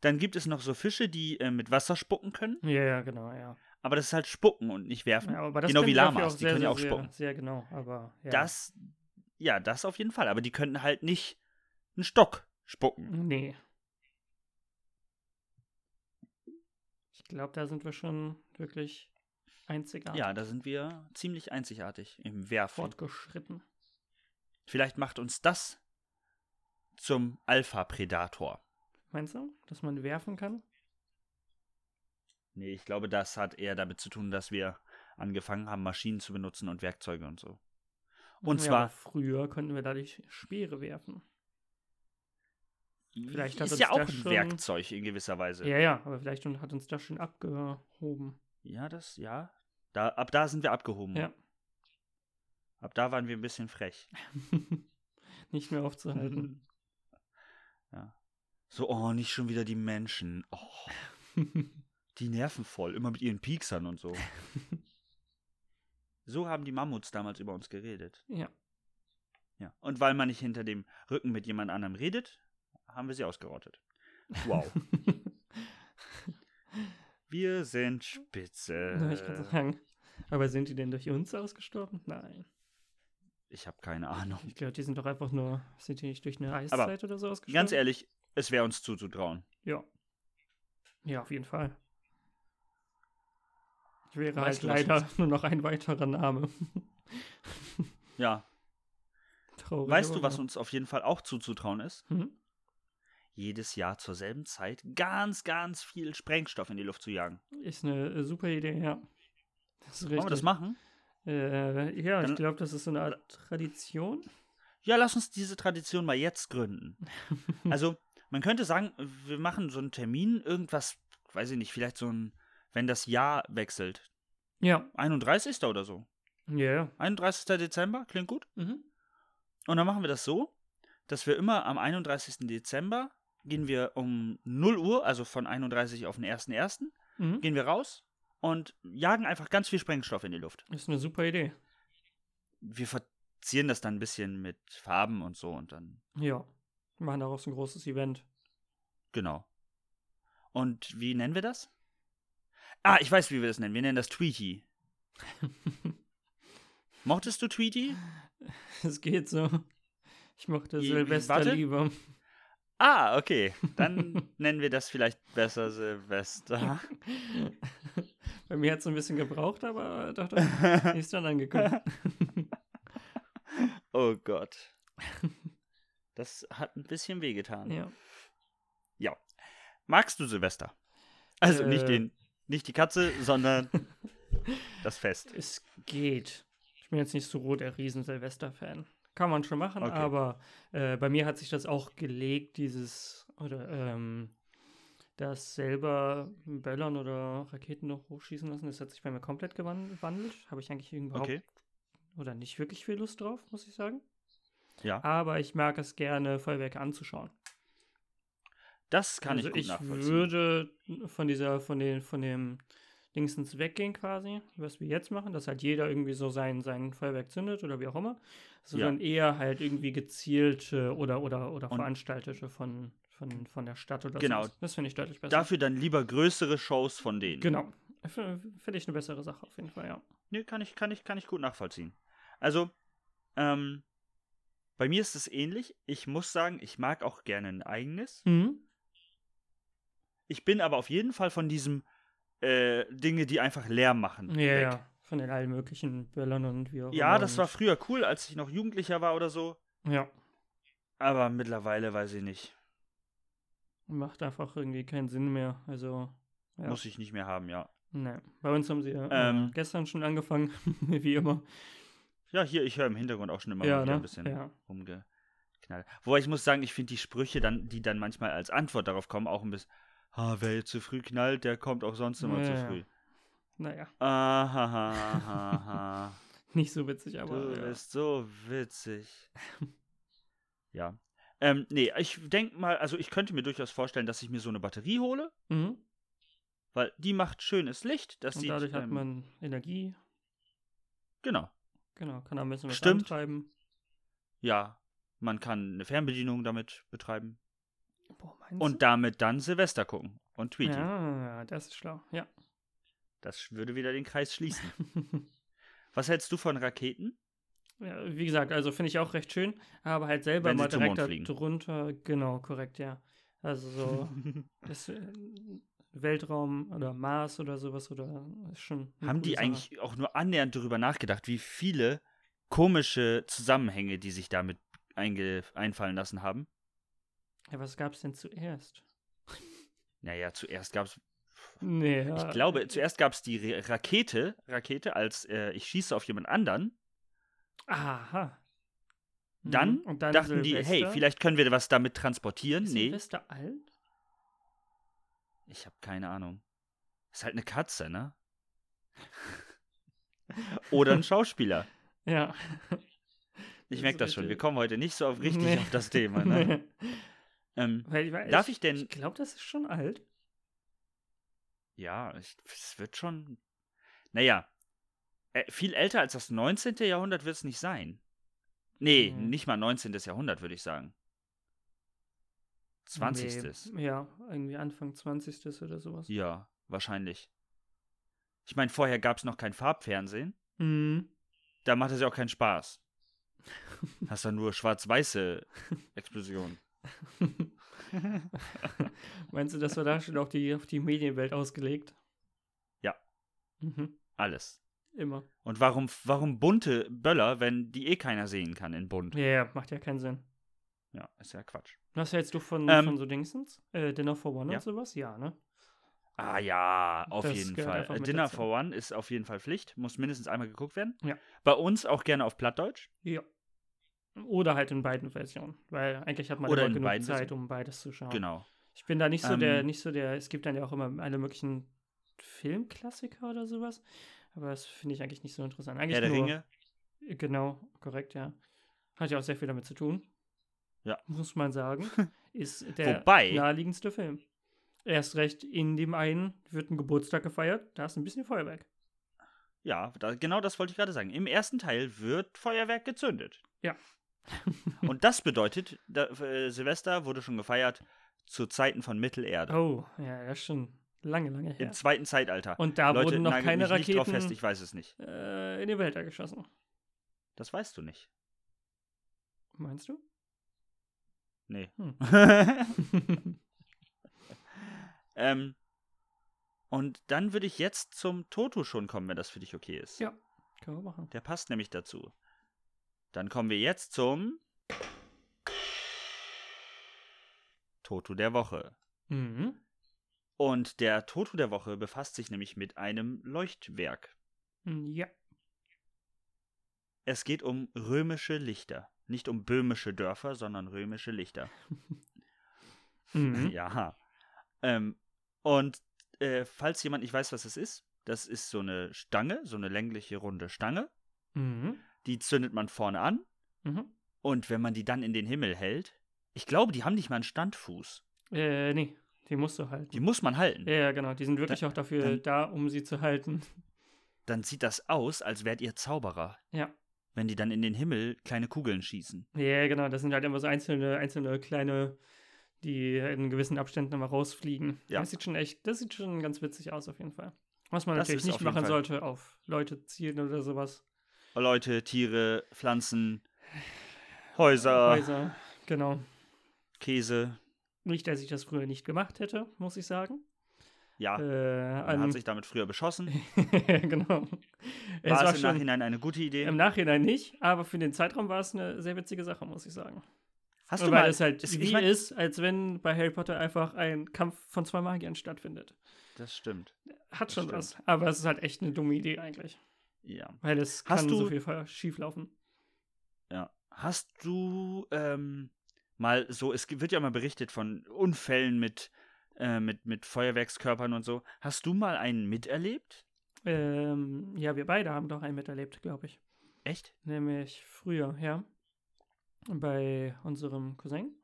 Speaker 1: Dann gibt es noch so Fische, die äh, mit Wasser spucken können,
Speaker 2: Ja, ja, genau, ja.
Speaker 1: aber das ist halt spucken und nicht werfen.
Speaker 2: ja aber das
Speaker 1: Genau
Speaker 2: können
Speaker 1: wie
Speaker 2: die dafür
Speaker 1: Lamas, die können ja auch
Speaker 2: sehr,
Speaker 1: spucken.
Speaker 2: Sehr, sehr genau, aber ja.
Speaker 1: Das, ja, das auf jeden Fall, aber die könnten halt nicht einen Stock spucken.
Speaker 2: Nee. Ich glaube, da sind wir schon wirklich einzigartig
Speaker 1: Ja, da sind wir ziemlich einzigartig im Werfen.
Speaker 2: fortgeschritten.
Speaker 1: Vielleicht macht uns das zum Alpha-Predator.
Speaker 2: Meinst du, dass man werfen kann?
Speaker 1: Nee, ich glaube, das hat eher damit zu tun, dass wir angefangen haben, Maschinen zu benutzen und Werkzeuge und so. Und
Speaker 2: ja,
Speaker 1: zwar-
Speaker 2: aber früher konnten wir dadurch Speere werfen. Vielleicht hat
Speaker 1: ist
Speaker 2: uns
Speaker 1: ja auch
Speaker 2: das
Speaker 1: ein
Speaker 2: schon-
Speaker 1: Werkzeug in gewisser Weise.
Speaker 2: Ja, ja, aber vielleicht schon- hat uns das schon abgehoben.
Speaker 1: Ja, das, ja. Da, ab da sind wir abgehoben.
Speaker 2: Ja.
Speaker 1: Ab da waren wir ein bisschen frech.
Speaker 2: Nicht mehr aufzuhalten.
Speaker 1: ja. So, oh, nicht schon wieder die Menschen. Oh, die nerven voll, immer mit ihren Pieksern und so. so haben die Mammuts damals über uns geredet.
Speaker 2: ja.
Speaker 1: Ja. Und weil man nicht hinter dem Rücken mit jemand anderem redet, haben wir sie ausgerottet. Wow. wir sind
Speaker 2: Na, ich kann
Speaker 1: spitze.
Speaker 2: sagen. Aber sind die denn durch uns ausgestorben? Nein.
Speaker 1: Ich habe keine Ahnung.
Speaker 2: Ich glaube, die sind doch einfach nur, sind die nicht durch eine Eiszeit oder so ausgestorben?
Speaker 1: Ganz ehrlich, es wäre uns zuzutrauen.
Speaker 2: Ja. Ja, auf jeden Fall. Ich wäre
Speaker 1: Weißt
Speaker 2: halt
Speaker 1: du, was
Speaker 2: leider nur noch ein weiterer Name.
Speaker 1: Ja.
Speaker 2: Traurig.
Speaker 1: Weißt
Speaker 2: aber
Speaker 1: du, was
Speaker 2: wahr.
Speaker 1: uns auf jeden Fall auch zuzutrauen ist?
Speaker 2: Hm?
Speaker 1: Jedes Jahr zur selben Zeit ganz, ganz viel Sprengstoff in die Luft zu jagen.
Speaker 2: Ist eine äh, super Idee, ja. Das ist richtig.
Speaker 1: Wollen wir das machen?
Speaker 2: Äh, ja,
Speaker 1: Dann-
Speaker 2: ich glaube, das ist so eine Art Tradition.
Speaker 1: Ja, lass uns diese Tradition mal jetzt gründen. Also, man könnte sagen, wir machen so einen Termin, irgendwas, weiß ich nicht, vielleicht so ein, wenn das Jahr wechselt.
Speaker 2: Ja.
Speaker 1: 31. oder so.
Speaker 2: Ja, ja.
Speaker 1: 31. Dezember, klingt gut.
Speaker 2: Mhm.
Speaker 1: Und dann machen wir das so, dass wir immer am 31. Dezember gehen wir um 0 Uhr, also von 31 auf den 1.1.,
Speaker 2: Mhm.
Speaker 1: gehen wir raus und jagen einfach ganz viel Sprengstoff in die Luft.
Speaker 2: Ist eine super Idee.
Speaker 1: Wir verzieren das dann ein bisschen mit Farben und so und dann
Speaker 2: Ja. Wir machen daraus ein großes Event.
Speaker 1: Genau. Und wie nennen wir das? Ah, ich weiß, wie wir das nennen. Wir nennen das Tweety. Mochtest du Tweety?
Speaker 2: Es geht so. Ich mochte
Speaker 1: Wie- wie-
Speaker 2: Silvester
Speaker 1: warte.
Speaker 2: lieber.
Speaker 1: Ah, okay. Dann nennen wir das vielleicht besser Silvester.
Speaker 2: Bei mir hat es ein bisschen gebraucht, aber doch, doch. Ist dann angekommen.
Speaker 1: oh Gott. Das hat ein bisschen wehgetan.
Speaker 2: ja.
Speaker 1: Magst du Silvester? Also
Speaker 2: Äh.
Speaker 1: nicht den, nicht die Katze, sondern das Fest.
Speaker 2: Es geht. Ich bin jetzt nicht so rot der Riesen-Silvester-Fan. Kann man schon machen,
Speaker 1: Okay.
Speaker 2: aber äh, bei mir hat sich das auch gelegt, dieses oder ähm, das selber Böllern oder Raketen noch hochschießen lassen. Das hat sich bei mir komplett gewan- gewandelt. Habe ich eigentlich überhaupt
Speaker 1: Okay.
Speaker 2: oder nicht wirklich viel Lust drauf, muss ich sagen.
Speaker 1: Ja.
Speaker 2: Aber ich mag es gerne, Feuerwerke anzuschauen.
Speaker 1: Das kann
Speaker 2: also
Speaker 1: ich gut
Speaker 2: ich
Speaker 1: nachvollziehen.
Speaker 2: würde von dieser, von den, von dem Dingsens weggehen quasi, was wir jetzt machen, dass halt jeder irgendwie so sein, sein Feuerwerk zündet oder wie auch immer, sondern eher halt irgendwie gezielte oder oder oder
Speaker 1: Und-
Speaker 2: veranstaltete von, von, von der Stadt oder
Speaker 1: Genau.
Speaker 2: sowas. Das finde ich deutlich besser.
Speaker 1: Dafür dann lieber größere Shows von denen.
Speaker 2: genau. F- Finde ich eine bessere Sache auf jeden Fall, ja.
Speaker 1: Nee, Ne, kann ich, kann ich, kann ich gut nachvollziehen. Also, ähm, bei mir ist es ähnlich. Ich muss sagen, ich mag auch gerne ein eigenes.
Speaker 2: Mhm.
Speaker 1: Ich bin aber auf jeden Fall von diesem äh, Dinge, die einfach Lärm machen.
Speaker 2: Ja,
Speaker 1: weg.
Speaker 2: ja. Von den allen möglichen Böllern und wie auch immer.
Speaker 1: ja, das war
Speaker 2: und-
Speaker 1: früher cool, als ich noch Jugendlicher war oder so.
Speaker 2: Ja.
Speaker 1: Aber mittlerweile weiß ich nicht.
Speaker 2: Macht einfach irgendwie keinen Sinn mehr. Also. Ja.
Speaker 1: Muss ich nicht mehr haben, ja.
Speaker 2: Nein. Bei uns haben sie ja
Speaker 1: Ähm.
Speaker 2: äh, gestern schon angefangen, wie immer.
Speaker 1: Ja, hier, ich höre im Hintergrund auch schon immer
Speaker 2: ja,
Speaker 1: wieder
Speaker 2: ne?
Speaker 1: ein bisschen
Speaker 2: ja.
Speaker 1: rumgeknallt. Wobei ich muss sagen, ich finde die Sprüche, dann, die dann manchmal als Antwort darauf kommen, auch ein bisschen, ah, wer jetzt zu früh knallt, der kommt auch sonst immer
Speaker 2: Ja,
Speaker 1: zu
Speaker 2: ja.
Speaker 1: früh.
Speaker 2: Naja,
Speaker 1: Ahahaha.
Speaker 2: nicht so witzig, aber.
Speaker 1: du
Speaker 2: Ja.
Speaker 1: bist so witzig. ja. Ähm, nee, ich denke mal, also ich könnte mir durchaus vorstellen, dass ich mir so eine Batterie hole,
Speaker 2: Mhm.
Speaker 1: weil die macht schönes Licht. Das
Speaker 2: Und
Speaker 1: sieht,
Speaker 2: dadurch hat
Speaker 1: ähm,
Speaker 2: man Energie.
Speaker 1: Genau.
Speaker 2: Genau, kann da ein bisschen was
Speaker 1: Stimmt.
Speaker 2: antreiben.
Speaker 1: Ja. Man kann eine Fernbedienung damit betreiben.
Speaker 2: Boah, meinst
Speaker 1: Und
Speaker 2: du?
Speaker 1: damit dann Silvester gucken. Und tweeten.
Speaker 2: Ja, das ist schlau. Ja.
Speaker 1: Das würde wieder den Kreis schließen. Was hältst du von Raketen?
Speaker 2: ja wie gesagt, also finde ich auch recht schön, aber halt selber
Speaker 1: Wenn sie
Speaker 2: mal
Speaker 1: zum
Speaker 2: direkt
Speaker 1: Mond fliegen.
Speaker 2: darunter. Genau, korrekt, ja. Also so. das, äh, Weltraum oder Mars oder sowas oder ist schon. eine
Speaker 1: Haben
Speaker 2: coole
Speaker 1: die
Speaker 2: Sache.
Speaker 1: eigentlich auch nur annähernd darüber nachgedacht, wie viele komische Zusammenhänge, die sich damit einge einfallen lassen haben?
Speaker 2: Ja, was gab es denn zuerst?
Speaker 1: Naja, zuerst gab es,
Speaker 2: Nee, ja.
Speaker 1: ich glaube, zuerst gab es die Re- Rakete, Rakete als äh, ich schieße auf jemand anderen.
Speaker 2: Aha.
Speaker 1: Dann
Speaker 2: Mhm. Und dann
Speaker 1: Dachten
Speaker 2: Silvester.
Speaker 1: die, hey, vielleicht können wir was damit transportieren.
Speaker 2: Ist
Speaker 1: nee,
Speaker 2: Silvester alt?
Speaker 1: ich habe keine Ahnung. Ist halt eine Katze, ne? Oder ein Schauspieler.
Speaker 2: Ja.
Speaker 1: Ich
Speaker 2: Das
Speaker 1: merke
Speaker 2: ist
Speaker 1: das schon. Wir
Speaker 2: richtig.
Speaker 1: kommen heute nicht so auf richtig
Speaker 2: Nee.
Speaker 1: auf das Thema. Ne? ähm,
Speaker 2: Weil ich weiß,
Speaker 1: Darf ich denn-
Speaker 2: Ich glaube, das ist schon alt.
Speaker 1: Ja, ich- es wird schon. Naja, äh, viel älter als das 19. Jahrhundert wird es nicht sein. Nee,
Speaker 2: Hm.
Speaker 1: nicht mal 19. Jahrhundert, würde ich sagen. 20.
Speaker 2: Nee, ja, irgendwie Anfang 20. oder sowas.
Speaker 1: Ja, wahrscheinlich. Ich meine, vorher gab es noch kein Farbfernsehen.
Speaker 2: Mhm.
Speaker 1: Da macht es ja auch keinen Spaß. Hast dann nur schwarz-weiße Explosionen.
Speaker 2: Meinst du, das war da schon auch die, auf die Medienwelt ausgelegt?
Speaker 1: Ja.
Speaker 2: Mhm.
Speaker 1: Alles.
Speaker 2: Immer.
Speaker 1: Und warum, warum bunte Böller, wenn die eh keiner sehen kann in bunt?
Speaker 2: Ja, ja, macht ja keinen Sinn.
Speaker 1: Ja, ist ja Quatsch.
Speaker 2: Was hältst du von,
Speaker 1: Ähm.
Speaker 2: von so Dingsens? Äh, Dinner for One
Speaker 1: Ja.
Speaker 2: und sowas? Ja, ne?
Speaker 1: Ah ja, auf
Speaker 2: Das
Speaker 1: jeden
Speaker 2: gehört
Speaker 1: Fall.
Speaker 2: einfach
Speaker 1: Äh,
Speaker 2: mit
Speaker 1: Dinner
Speaker 2: dazu.
Speaker 1: for One ist auf jeden Fall Pflicht, muss mindestens einmal geguckt werden.
Speaker 2: Ja.
Speaker 1: Bei uns auch gerne auf Plattdeutsch.
Speaker 2: Ja. Oder halt in beiden Versionen, weil eigentlich hat man
Speaker 1: Oder
Speaker 2: immer
Speaker 1: in
Speaker 2: genug
Speaker 1: beiden
Speaker 2: Zeit,
Speaker 1: Versionen.
Speaker 2: um beides zu schauen.
Speaker 1: Genau.
Speaker 2: Ich bin da nicht so der,
Speaker 1: Ähm,
Speaker 2: nicht so der, es gibt dann ja auch immer alle möglichen Filmklassiker oder sowas, aber das finde ich eigentlich nicht so interessant. Eigentlich
Speaker 1: Herr der
Speaker 2: nur,
Speaker 1: Ringe.
Speaker 2: Genau, korrekt, ja. Hat ja auch sehr viel damit zu tun.
Speaker 1: Ja.
Speaker 2: Muss man sagen. Ist der
Speaker 1: Wobei-
Speaker 2: naheliegendste Film. Erst recht in dem einen wird ein Geburtstag gefeiert, da ist ein bisschen Feuerwerk.
Speaker 1: Ja, da, genau das wollte ich gerade sagen. Im ersten Teil wird Feuerwerk gezündet.
Speaker 2: Ja.
Speaker 1: Und das bedeutet, da, äh, Silvester wurde schon gefeiert zu Zeiten von Mittelerde.
Speaker 2: Oh, ja, das ist schon lange, lange her.
Speaker 1: Im zweiten Zeitalter.
Speaker 2: Und da
Speaker 1: Leute,
Speaker 2: wurden noch
Speaker 1: nagelt
Speaker 2: keine
Speaker 1: mich Nicht drauf fest,
Speaker 2: Raketen
Speaker 1: ich weiß es nicht.
Speaker 2: äh, in den Weltall geschossen.
Speaker 1: Das weißt du nicht.
Speaker 2: Meinst du?
Speaker 1: Nee.
Speaker 2: Hm.
Speaker 1: ähm, und dann würde ich jetzt zum Toto schon kommen, wenn das für dich okay ist.
Speaker 2: Ja. Können wir machen.
Speaker 1: Der passt nämlich dazu. Dann kommen wir jetzt zum Toto der Woche.
Speaker 2: Mhm.
Speaker 1: Und der Toto der Woche befasst sich nämlich mit einem Leuchtwerk.
Speaker 2: Hm, Ja.
Speaker 1: Es geht um römische Lichter. Nicht um böhmische Dörfer, sondern römische Lichter.
Speaker 2: Mhm.
Speaker 1: Ja. Ähm, und äh, falls jemand nicht weiß, was das ist, das ist so eine Stange, so eine längliche runde Stange.
Speaker 2: Mhm.
Speaker 1: Die zündet man vorne an.
Speaker 2: Mhm.
Speaker 1: Und wenn man die dann in den Himmel hält, ich glaube, die haben nicht mal einen Standfuß.
Speaker 2: Äh, nee, die musst du halten.
Speaker 1: Die muss man halten.
Speaker 2: Ja, ja, genau. Die sind wirklich auch dafür
Speaker 1: dann-
Speaker 2: da, um sie zu halten.
Speaker 1: Dann sieht das aus, als wärt ihr Zauberer.
Speaker 2: Ja.
Speaker 1: Wenn die dann in den Himmel kleine Kugeln schießen.
Speaker 2: Ja, genau. Das sind halt immer so einzelne, einzelne kleine, die in gewissen Abständen immer rausfliegen.
Speaker 1: Ja.
Speaker 2: Das sieht schon echt, das sieht schon ganz witzig aus auf jeden Fall. Was man
Speaker 1: Das
Speaker 2: natürlich
Speaker 1: ist
Speaker 2: nicht
Speaker 1: auf jeden
Speaker 2: machen
Speaker 1: Fall.
Speaker 2: sollte, auf Leute zielen oder sowas.
Speaker 1: Oh, Leute, Tiere, Pflanzen, Häuser,
Speaker 2: Häuser, genau.
Speaker 1: Käse.
Speaker 2: Nicht, dass ich das früher nicht gemacht hätte, muss ich sagen.
Speaker 1: Ja,
Speaker 2: äh,
Speaker 1: man
Speaker 2: an-
Speaker 1: Ah. hat sich damit früher beschossen.
Speaker 2: genau. Es
Speaker 1: War
Speaker 2: war
Speaker 1: es im
Speaker 2: schon
Speaker 1: Nachhinein eine gute Idee?
Speaker 2: im Nachhinein nicht, aber für den Zeitraum war es eine sehr witzige Sache, muss ich sagen.
Speaker 1: Hast
Speaker 2: Weil es halt
Speaker 1: es-
Speaker 2: wie
Speaker 1: ich mein-
Speaker 2: ist, als wenn bei Harry Potter einfach ein Kampf von zwei Magiern stattfindet.
Speaker 1: Das stimmt.
Speaker 2: Hat
Speaker 1: Das
Speaker 2: schon
Speaker 1: stimmt.
Speaker 2: was, aber es ist halt echt eine dumme Idee eigentlich,
Speaker 1: Ja.
Speaker 2: weil es
Speaker 1: Hast
Speaker 2: kann
Speaker 1: du-
Speaker 2: so viel ver- schieflaufen.
Speaker 1: Ja. Hast du ähm, mal so, es wird ja mal berichtet von Unfällen mit, äh, mit, mit Feuerwerkskörpern und so. Hast du mal einen miterlebt?
Speaker 2: Ähm, ja, wir beide haben doch einen miterlebt, glaube ich.
Speaker 1: Echt?
Speaker 2: Nämlich früher, ja. Bei unserem Cousin.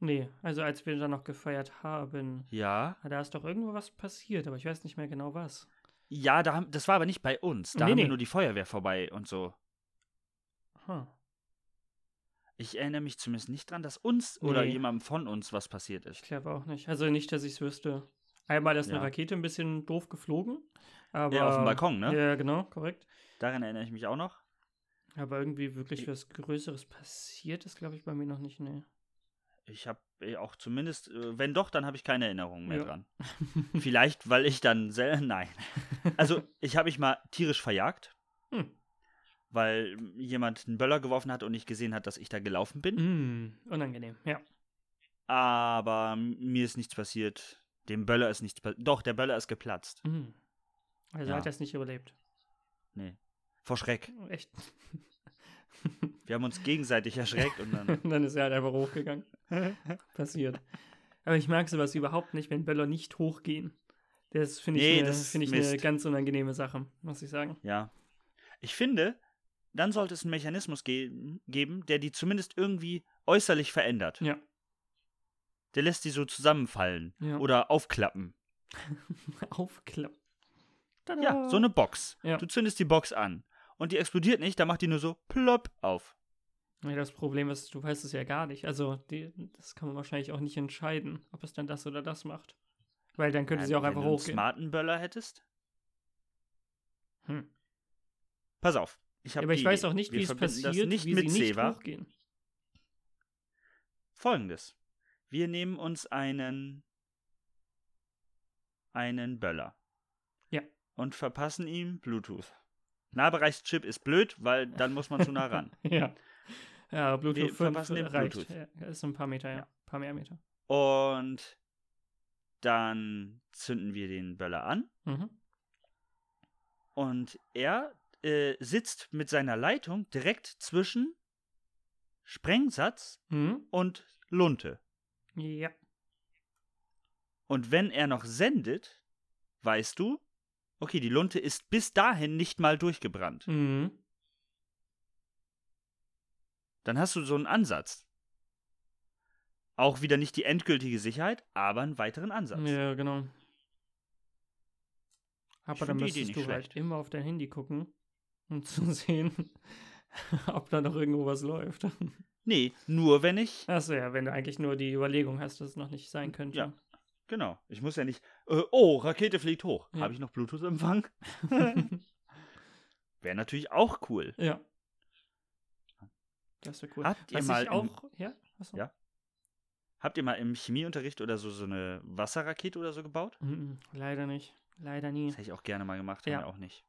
Speaker 2: Nee, also als wir dann noch gefeiert haben.
Speaker 1: Ja.
Speaker 2: Ah, Da ist doch irgendwo was passiert, aber ich weiß nicht mehr genau was.
Speaker 1: Ja, da haben, das war aber nicht bei uns. Da
Speaker 2: Nee,
Speaker 1: haben
Speaker 2: nee.
Speaker 1: wir nur die Feuerwehr vorbei und so.
Speaker 2: Hm.
Speaker 1: Ich erinnere mich zumindest nicht dran, dass uns oder
Speaker 2: Nee.
Speaker 1: jemandem von uns was passiert
Speaker 2: Ich
Speaker 1: ist.
Speaker 2: glaube auch nicht. Also nicht, dass ich es wüsste. Einmal ist
Speaker 1: Ja.
Speaker 2: eine Rakete ein bisschen doof geflogen. Aber,
Speaker 1: Ja, auf dem Balkon, ne?
Speaker 2: Ja, genau, korrekt.
Speaker 1: Daran erinnere ich mich auch noch.
Speaker 2: Aber irgendwie wirklich
Speaker 1: Ich-
Speaker 2: was Größeres passiert ist, glaube ich, bei mir noch nicht. ne. Nee.
Speaker 1: Ich habe auch zumindest, äh, wenn doch, dann habe ich keine Erinnerungen mehr
Speaker 2: Ja.
Speaker 1: dran. Vielleicht, weil ich dann sel- nein. Also, ich habe mich mal tierisch verjagt,
Speaker 2: Hm.
Speaker 1: weil jemand einen Böller geworfen hat und nicht gesehen hat, dass ich da gelaufen bin.
Speaker 2: Mm, unangenehm, ja.
Speaker 1: Aber mir ist nichts passiert. Dem Böller ist nichts passiert. Doch, der Böller ist geplatzt.
Speaker 2: Mm. Also
Speaker 1: Ja.
Speaker 2: hat er es nicht überlebt.
Speaker 1: Vor Schreck.
Speaker 2: Echt.
Speaker 1: Wir haben uns gegenseitig erschreckt und dann.
Speaker 2: dann ist er halt einfach hochgegangen. Passiert. Aber ich mag sowas überhaupt nicht, wenn Böller nicht hochgehen. Das finde ich,
Speaker 1: Nee,
Speaker 2: eine-
Speaker 1: das ist
Speaker 2: find ich eine
Speaker 1: Mist.
Speaker 2: ganz unangenehme Sache, muss ich sagen.
Speaker 1: Ja. Ich finde, dann sollte es einen Mechanismus ge geben, der die zumindest irgendwie äußerlich verändert.
Speaker 2: Ja.
Speaker 1: Der lässt die so zusammenfallen
Speaker 2: Ja.
Speaker 1: oder aufklappen.
Speaker 2: Aufklappen.
Speaker 1: Ja, so eine Box.
Speaker 2: Ja.
Speaker 1: Du zündest die Box an und die explodiert nicht, dann macht die nur so plopp auf.
Speaker 2: Ja, das Problem ist, du weißt es ja gar nicht. Also, die, das kann man wahrscheinlich auch nicht entscheiden, ob es dann das oder das macht. Weil dann könnte
Speaker 1: Ja,
Speaker 2: sie auch
Speaker 1: Äh, wenn
Speaker 2: einfach
Speaker 1: du einen
Speaker 2: hochgehen.
Speaker 1: smarten Böller hättest?
Speaker 2: Hm.
Speaker 1: Pass auf. Ich hab
Speaker 2: Aber ich
Speaker 1: die
Speaker 2: weiß
Speaker 1: Idee.
Speaker 2: auch nicht,
Speaker 1: Wir
Speaker 2: wie es
Speaker 1: verbinden
Speaker 2: passiert,
Speaker 1: das nicht
Speaker 2: wie
Speaker 1: mit
Speaker 2: sie nicht
Speaker 1: Seva.
Speaker 2: hochgehen.
Speaker 1: Folgendes. Wir nehmen uns einen einen Böller.
Speaker 2: Ja.
Speaker 1: Und verpassen ihm Bluetooth. Nahbereichschip ist blöd, weil dann muss man zu nah ran.
Speaker 2: Ja. Ja, Bluetooth 5
Speaker 1: verpassen den
Speaker 2: reicht.
Speaker 1: Bluetooth.
Speaker 2: Ja, ist ein paar Meter, ja.
Speaker 1: Ja.
Speaker 2: Ein paar mehr Meter.
Speaker 1: Und Dann zünden wir den Böller an
Speaker 2: Mhm.
Speaker 1: und er äh, sitzt mit seiner Leitung direkt zwischen Sprengsatz
Speaker 2: Mhm.
Speaker 1: und Lunte.
Speaker 2: Ja.
Speaker 1: Und wenn er noch sendet, weißt du, okay, die Lunte ist bis dahin nicht mal durchgebrannt.
Speaker 2: Mhm.
Speaker 1: Dann hast du so einen Ansatz. Auch wieder nicht die endgültige Sicherheit, aber einen weiteren Ansatz.
Speaker 2: Ja, genau. Aber
Speaker 1: find
Speaker 2: dann
Speaker 1: die Idee
Speaker 2: müsstest
Speaker 1: nicht
Speaker 2: du halt
Speaker 1: schlecht.
Speaker 2: immer auf dein Handy gucken, um zu sehen, ob da noch irgendwo was läuft.
Speaker 1: Nee, nur wenn ich
Speaker 2: Achso, ja, wenn du eigentlich nur die Überlegung hast, dass es noch nicht sein könnte.
Speaker 1: Ja. Genau. Ich muss ja nicht, äh, oh, Rakete fliegt hoch.
Speaker 2: Ja.
Speaker 1: Habe ich noch Bluetooth-Empfang? Wäre natürlich auch cool.
Speaker 2: ja. Das wäre cool.
Speaker 1: Habt ihr
Speaker 2: Was
Speaker 1: mal
Speaker 2: ich
Speaker 1: im-
Speaker 2: auch, ja? Achso.
Speaker 1: Ja. Habt ihr mal im Chemieunterricht oder so so eine Wasserrakete oder so gebaut?
Speaker 2: Mhm, leider nicht. Leider nie.
Speaker 1: Das hätte ich auch gerne mal gemacht, haben
Speaker 2: Ja.
Speaker 1: wir auch nicht.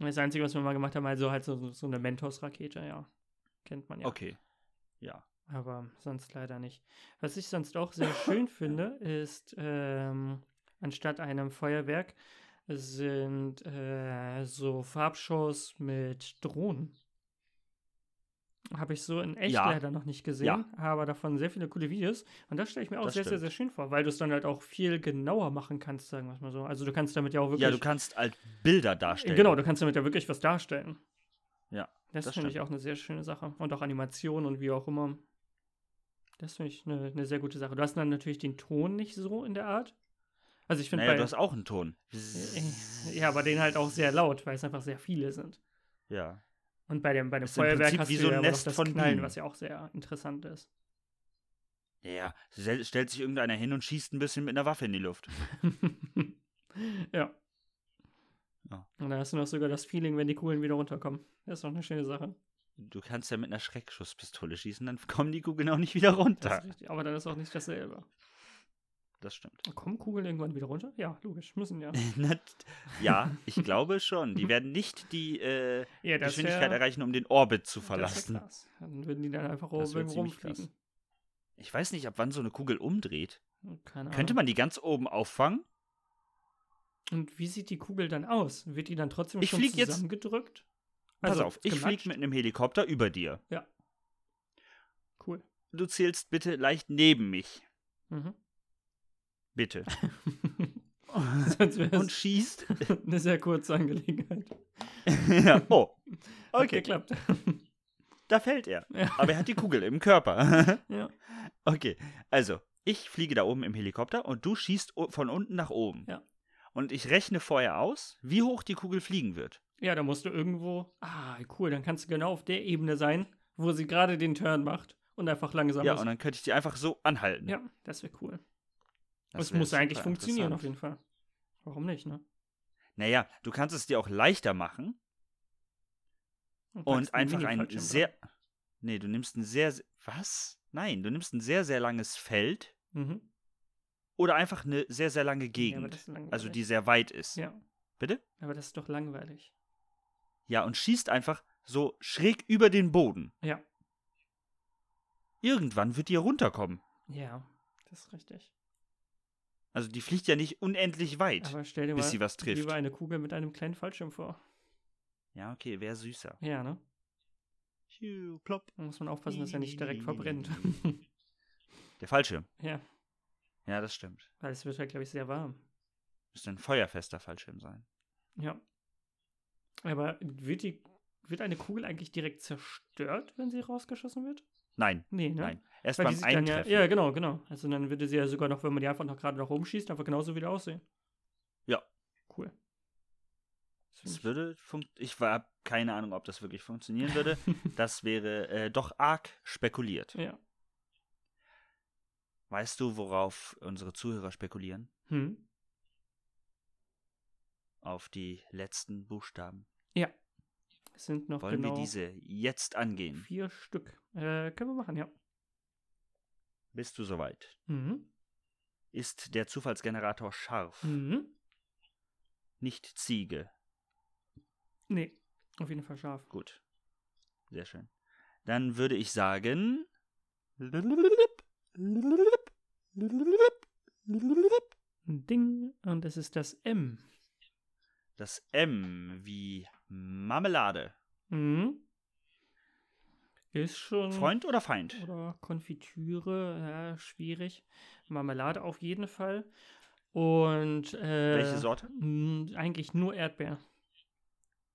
Speaker 2: Das Einzige, was wir mal gemacht haben, also halt so, so eine Mentos-Rakete, ja. Kennt man ja.
Speaker 1: Okay.
Speaker 2: Aber sonst leider nicht. Was ich sonst auch sehr schön finde, ist, ähm, anstatt einem Feuerwerk sind äh, so Farbshows mit Drohnen. Habe ich so in echt
Speaker 1: Ja.
Speaker 2: leider noch nicht gesehen,
Speaker 1: Ja.
Speaker 2: aber davon sehr viele coole Videos. Und das stelle ich mir auch
Speaker 1: Das
Speaker 2: sehr, sehr,
Speaker 1: stimmt.
Speaker 2: sehr schön vor, weil du es dann halt auch viel genauer machen kannst, sagen wir es mal so. Also du kannst damit ja auch wirklich.
Speaker 1: Ja, du kannst halt Bilder darstellen.
Speaker 2: Genau, du kannst damit ja wirklich was darstellen.
Speaker 1: Ja,
Speaker 2: Das,
Speaker 1: das
Speaker 2: finde ich
Speaker 1: stimmt.
Speaker 2: auch eine sehr schöne Sache. Und auch Animationen und wie auch immer. Das finde ich eine, eine sehr gute Sache. Du hast dann natürlich den Ton nicht so in der Art. Also ich finde
Speaker 1: naja,
Speaker 2: bei.
Speaker 1: du hast auch einen Ton.
Speaker 2: ja, aber den halt auch sehr laut, weil es einfach sehr viele sind.
Speaker 1: Ja.
Speaker 2: Und bei dem, bei dem
Speaker 1: Ist im
Speaker 2: Feuerwerk
Speaker 1: Prinzip
Speaker 2: hast
Speaker 1: wie
Speaker 2: du
Speaker 1: so ein
Speaker 2: ja immer noch
Speaker 1: Nest
Speaker 2: das
Speaker 1: von
Speaker 2: Knallen,
Speaker 1: Bienen.
Speaker 2: was ja auch sehr interessant ist.
Speaker 1: Ja, sel- stellt sich irgendeiner hin und schießt ein bisschen mit einer Waffe in die Luft.
Speaker 2: ja.
Speaker 1: Ja.
Speaker 2: Und da hast du noch sogar das Feeling, wenn die Kugeln wieder runterkommen. Das ist doch eine schöne Sache.
Speaker 1: Du kannst ja mit einer Schreckschusspistole schießen, dann kommen die Kugeln auch nicht wieder runter.
Speaker 2: Das ist
Speaker 1: Das,
Speaker 2: richtig. Aber dann ist auch nicht dasselbe.
Speaker 1: stimmt.
Speaker 2: Kommen Kugeln irgendwann wieder runter? Ja, logisch, müssen ja.
Speaker 1: Na, ja, ich glaube schon. Die werden nicht die äh,
Speaker 2: ja
Speaker 1: Geschwindigkeit erreichen, um den Orbit zu
Speaker 2: verlassen.
Speaker 1: verlassen.
Speaker 2: Krass. Dann würden die dann einfach
Speaker 1: Das wär
Speaker 2: oben
Speaker 1: ziemlich
Speaker 2: rumfliegen.
Speaker 1: Ich weiß nicht, ab wann so eine Kugel umdreht.
Speaker 2: Keine
Speaker 1: Könnte
Speaker 2: Ahnung.
Speaker 1: man die ganz oben auffangen?
Speaker 2: Und wie sieht die Kugel dann aus? Wird die dann trotzdem
Speaker 1: Ich
Speaker 2: schon
Speaker 1: flieg jetzt-
Speaker 2: zusammengedrückt? Also,
Speaker 1: Pass auf, ich fliege
Speaker 2: gematscht?
Speaker 1: mit einem Helikopter über dir.
Speaker 2: Cool.
Speaker 1: Du zählst bitte leicht neben mich.
Speaker 2: Mhm.
Speaker 1: Bitte.
Speaker 2: Sonst wäre
Speaker 1: Und
Speaker 2: es
Speaker 1: schießt.
Speaker 2: eine sehr kurze Angelegenheit.
Speaker 1: ja. Oh.
Speaker 2: Hat
Speaker 1: Okay,
Speaker 2: geklappt.
Speaker 1: da fällt er.
Speaker 2: Ja.
Speaker 1: Aber er hat die Kugel im Körper.
Speaker 2: ja.
Speaker 1: okay, also, ich fliege da oben im Helikopter und du schießt o- von unten nach oben.
Speaker 2: Ja.
Speaker 1: Und ich rechne vorher aus, wie hoch die Kugel fliegen wird.
Speaker 2: ja, da musst du irgendwo. Ah, cool, dann kannst du genau auf der Ebene sein, wo sie gerade den Turn macht und einfach langsam
Speaker 1: Ja,
Speaker 2: ist.
Speaker 1: und dann könnte ich die einfach so anhalten.
Speaker 2: ja das wäre cool.
Speaker 1: Das
Speaker 2: Das
Speaker 1: wär
Speaker 2: muss eigentlich
Speaker 1: super
Speaker 2: funktionieren, auf
Speaker 1: interessant.
Speaker 2: jeden Fall. Warum nicht, ne?
Speaker 1: Naja, du kannst es dir auch leichter machen,
Speaker 2: packst
Speaker 1: Und
Speaker 2: einen
Speaker 1: einfach ein
Speaker 2: Mini-Fallschirm
Speaker 1: sehr. Nee, du nimmst ein sehr. se- Was? Nein, du nimmst ein sehr, sehr langes Feld
Speaker 2: dran. Mhm.
Speaker 1: oder einfach eine sehr, sehr lange
Speaker 2: Ja, aber
Speaker 1: Gegend.
Speaker 2: das ist langweilig.
Speaker 1: also die sehr weit ist. Ja.
Speaker 2: Ja.
Speaker 1: Bitte?
Speaker 2: Aber das ist doch langweilig.
Speaker 1: und schießt einfach so schräg über den Boden.
Speaker 2: Ja.
Speaker 1: Irgendwann wird die ja runterkommen.
Speaker 2: Ja, das ist richtig.
Speaker 1: Also die fliegt ja nicht unendlich weit,
Speaker 2: Aber stell dir mal
Speaker 1: bis sie was trifft.
Speaker 2: lieber eine Kugel mit einem kleinen Fallschirm vor.
Speaker 1: Ja, okay, wäre süßer.
Speaker 2: Ja, ne?
Speaker 1: Piu, plopp.
Speaker 2: Da muss man aufpassen, dass er nicht direkt verbrennt.
Speaker 1: Der Fallschirm.
Speaker 2: ja,
Speaker 1: Ja, das stimmt.
Speaker 2: weil es wird halt, glaube ich, sehr warm.
Speaker 1: Müsste ein feuerfester Fallschirm sein.
Speaker 2: Ja. Aber wird, die, wird eine Kugel eigentlich direkt zerstört, wenn sie rausgeschossen wird?
Speaker 1: Nein,
Speaker 2: Nee, ne?
Speaker 1: nein. Erst
Speaker 2: Weil die
Speaker 1: beim
Speaker 2: sieht dann ja,
Speaker 1: Eintreffen.
Speaker 2: ja, genau, genau. Also dann würde sie ja sogar noch, wenn man die einfach noch gerade noch rumschießt, einfach genauso wieder aussehen.
Speaker 1: Ja.
Speaker 2: Cool. Das
Speaker 1: Es
Speaker 2: find
Speaker 1: würde funkt ich habe keine Ahnung, ob das wirklich funktionieren würde. Das wäre äh, doch arg spekuliert.
Speaker 2: ich- Ja.
Speaker 1: Weißt du, worauf unsere Zuhörer spekulieren?
Speaker 2: Hm.
Speaker 1: Auf die letzten Buchstaben.
Speaker 2: Es sind noch
Speaker 1: Wollen
Speaker 2: genau
Speaker 1: wir diese jetzt angehen?
Speaker 2: vier Stück. Äh, können wir machen, ja.
Speaker 1: Bist du soweit?
Speaker 2: Mhm.
Speaker 1: Ist der Zufallsgenerator scharf?
Speaker 2: Mhm.
Speaker 1: Nicht Ziege.
Speaker 2: Nee, auf jeden Fall scharf.
Speaker 1: Gut. Sehr schön. Dann würde ich sagen.
Speaker 2: Ding und es ist das M.
Speaker 1: Das M wie Marmelade.
Speaker 2: Mhm. Ist schon.
Speaker 1: Freund oder Feind?
Speaker 2: Oder Konfitüre, ja, schwierig. Marmelade auf jeden Fall. Und. Äh,
Speaker 1: Welche Sorte?
Speaker 2: m, Eigentlich nur Erdbeer.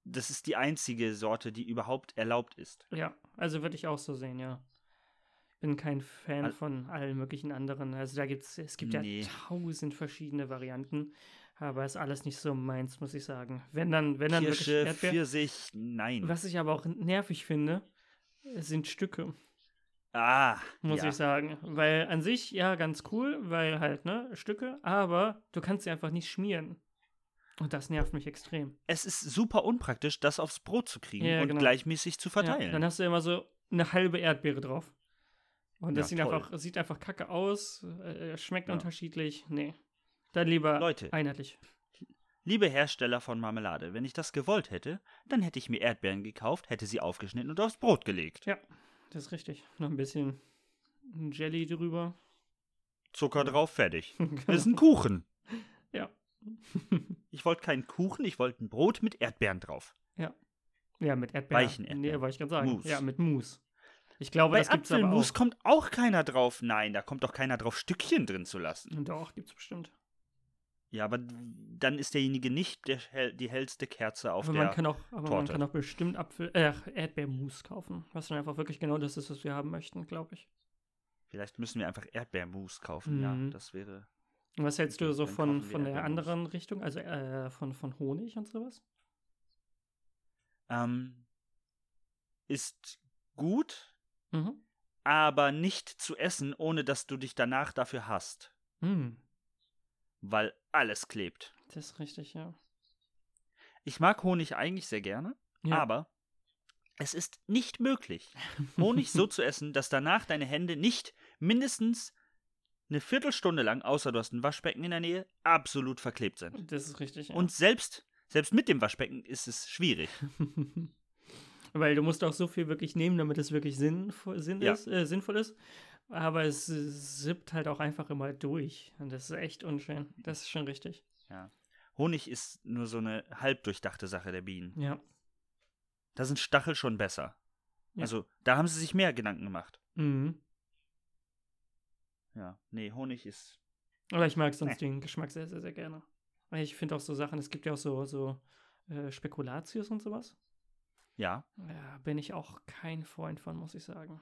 Speaker 1: Das ist die einzige Sorte, die überhaupt erlaubt ist.
Speaker 2: Ja, also würde ich auch so sehen, ja. Bin kein Fan
Speaker 1: Al-
Speaker 2: von allen möglichen anderen. Also da gibt's, es gibt
Speaker 1: Nee.
Speaker 2: ja tausend verschiedene Varianten, aber ist alles nicht so meins, muss ich sagen. Wenn dann, wenn dann
Speaker 1: Kirsche,
Speaker 2: wirklich Erdbeer.
Speaker 1: Pfirsich, nein.
Speaker 2: Was ich aber auch nervig finde, sind Stücke,
Speaker 1: Ah,
Speaker 2: muss
Speaker 1: ja.
Speaker 2: ich sagen. Weil an sich, ja, ganz cool, weil halt, ne, Stücke, aber du kannst sie einfach nicht schmieren. Und das nervt mich extrem.
Speaker 1: Es ist super unpraktisch, das aufs Brot zu kriegen
Speaker 2: Ja,
Speaker 1: und
Speaker 2: genau.
Speaker 1: gleichmäßig zu
Speaker 2: Ja,
Speaker 1: verteilen.
Speaker 2: dann hast du immer so eine halbe Erdbeere drauf. Und das
Speaker 1: Ja,
Speaker 2: sieht,
Speaker 1: toll.
Speaker 2: einfach, sieht einfach kacke aus, äh, schmeckt
Speaker 1: Ja.
Speaker 2: unterschiedlich. Nee. Dann lieber
Speaker 1: Leute.
Speaker 2: einheitlich.
Speaker 1: Liebe Hersteller von Marmelade, wenn ich das gewollt hätte, dann hätte ich mir Erdbeeren gekauft, hätte sie aufgeschnitten und aufs Brot gelegt.
Speaker 2: Das ist richtig. Noch ein bisschen Jelly drüber.
Speaker 1: Zucker drauf, fertig. Das ist ein
Speaker 2: Genau.
Speaker 1: Kuchen.
Speaker 2: Ja.
Speaker 1: Ich wollte keinen Kuchen, ich wollte ein Brot mit Erdbeeren drauf.
Speaker 2: ja, mit Erdbeeren.
Speaker 1: Weichen Erdbeeren.
Speaker 2: Nee, wollte ich gerade sagen.
Speaker 1: Mousse.
Speaker 2: Ja, mit Mousse. Ich glaube,
Speaker 1: Bei
Speaker 2: das gibt's aber
Speaker 1: Apfelmus
Speaker 2: auch.
Speaker 1: kommt auch keiner drauf. Nein, da kommt doch keiner drauf, Stückchen drin zu lassen.
Speaker 2: Doch, gibt's bestimmt.
Speaker 1: Ja, aber dann ist derjenige nicht der, hell- die hellste Kerze auf
Speaker 2: aber
Speaker 1: der.
Speaker 2: man kann auch, aber man
Speaker 1: Torte.
Speaker 2: kann auch bestimmt Apfel, äh, Erdbeermus kaufen. Was dann einfach wirklich genau das ist, was wir haben möchten, glaube ich.
Speaker 1: Vielleicht müssen wir einfach Erdbeermus kaufen. Ja,
Speaker 2: Mhm.
Speaker 1: das wäre.
Speaker 2: Und Was hältst du
Speaker 1: Okay,
Speaker 2: so
Speaker 1: dann
Speaker 2: von,
Speaker 1: kaufen wir
Speaker 2: von der
Speaker 1: Erdbeermus.
Speaker 2: anderen Richtung? Also äh, von, von Honig und sowas?
Speaker 1: Ähm, ist gut,
Speaker 2: Mhm.
Speaker 1: aber nicht zu essen, ohne dass du dich danach dafür hast,
Speaker 2: Mm,
Speaker 1: weil alles klebt.
Speaker 2: das ist richtig, ja.
Speaker 1: Ich mag Honig eigentlich sehr gerne,
Speaker 2: Ja.
Speaker 1: aber es ist nicht möglich, Honig so zu essen, dass danach deine Hände nicht mindestens eine Viertelstunde lang, außer du hast ein Waschbecken in der Nähe, absolut verklebt sind.
Speaker 2: Das ist richtig, ja.
Speaker 1: Und selbst, selbst mit dem Waschbecken ist es schwierig.
Speaker 2: Weil du musst auch so viel wirklich nehmen, damit es wirklich sinnvoll, Sinn
Speaker 1: Ja.
Speaker 2: ist, äh, sinnvoll ist. Aber es äh, sippt halt auch einfach immer durch. Und das ist echt unschön. Das ist schon richtig.
Speaker 1: Honig ist nur so eine halbdurchdachte Sache der Bienen.
Speaker 2: Ja.
Speaker 1: Da sind Stachel schon besser.
Speaker 2: Ja.
Speaker 1: Also, da haben sie sich mehr Gedanken gemacht.
Speaker 2: Mhm.
Speaker 1: Ja, nee, Honig ist
Speaker 2: Aber ich mag sonst den Geschmack sehr, sehr, sehr gerne. Weil Ich finde auch so Sachen, es gibt ja auch so, so äh, Spekulatius und sowas.
Speaker 1: Ja,
Speaker 2: Ja, bin ich auch kein Freund von, muss ich sagen.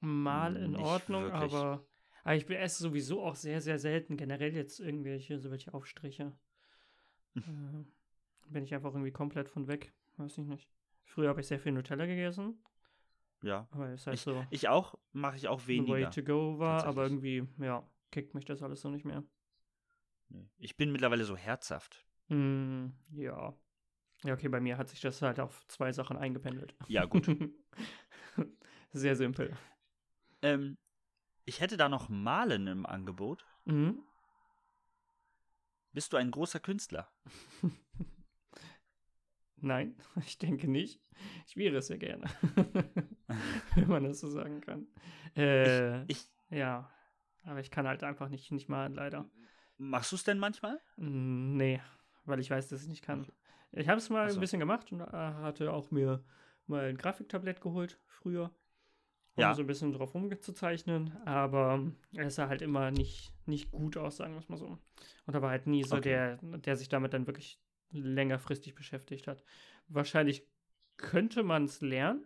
Speaker 2: Mal in
Speaker 1: Hm, Nicht
Speaker 2: Ordnung,
Speaker 1: wirklich.
Speaker 2: aber, aber ich esse sowieso auch sehr, sehr selten generell jetzt irgendwelche so welche Aufstriche.
Speaker 1: Hm.
Speaker 2: äh, bin ich einfach irgendwie komplett von weg. Weiß ich nicht. Früher habe ich sehr viel Nutella gegessen,
Speaker 1: ja.
Speaker 2: weil es halt so
Speaker 1: Ich auch, mache ich auch
Speaker 2: the way
Speaker 1: weniger.
Speaker 2: to go war, aber
Speaker 1: tatsächlich.
Speaker 2: irgendwie, ja, kickt mich das alles so nicht mehr.
Speaker 1: Nee. Ich bin mittlerweile so herzhaft.
Speaker 2: Mm, ja. Ja, okay, bei mir hat sich das halt auf zwei Sachen eingependelt.
Speaker 1: Ja, gut.
Speaker 2: sehr simpel.
Speaker 1: ähm, ich hätte da noch Malen im Angebot.
Speaker 2: Mhm.
Speaker 1: Bist du ein großer Künstler?
Speaker 2: Nein, ich denke nicht. Ich wäre es ja gerne. Wenn man das so sagen kann. Äh,
Speaker 1: Ich,
Speaker 2: ja. Aber ich kann halt einfach nicht, nicht malen, leider.
Speaker 1: machst du es denn manchmal?
Speaker 2: Mm, Nee, weil ich weiß, dass ich nicht kann. Ich habe es mal
Speaker 1: Ach so.
Speaker 2: ein bisschen gemacht und äh, hatte auch mir mal ein Grafiktablett geholt früher, um
Speaker 1: Ja.
Speaker 2: so ein bisschen drauf rumzuzeichnen. Aber es sah halt immer nicht, nicht gut aus, sagen wir es mal so. Und da war halt nie so
Speaker 1: Okay.
Speaker 2: der, der sich damit dann wirklich längerfristig beschäftigt hat. Wahrscheinlich könnte man es lernen,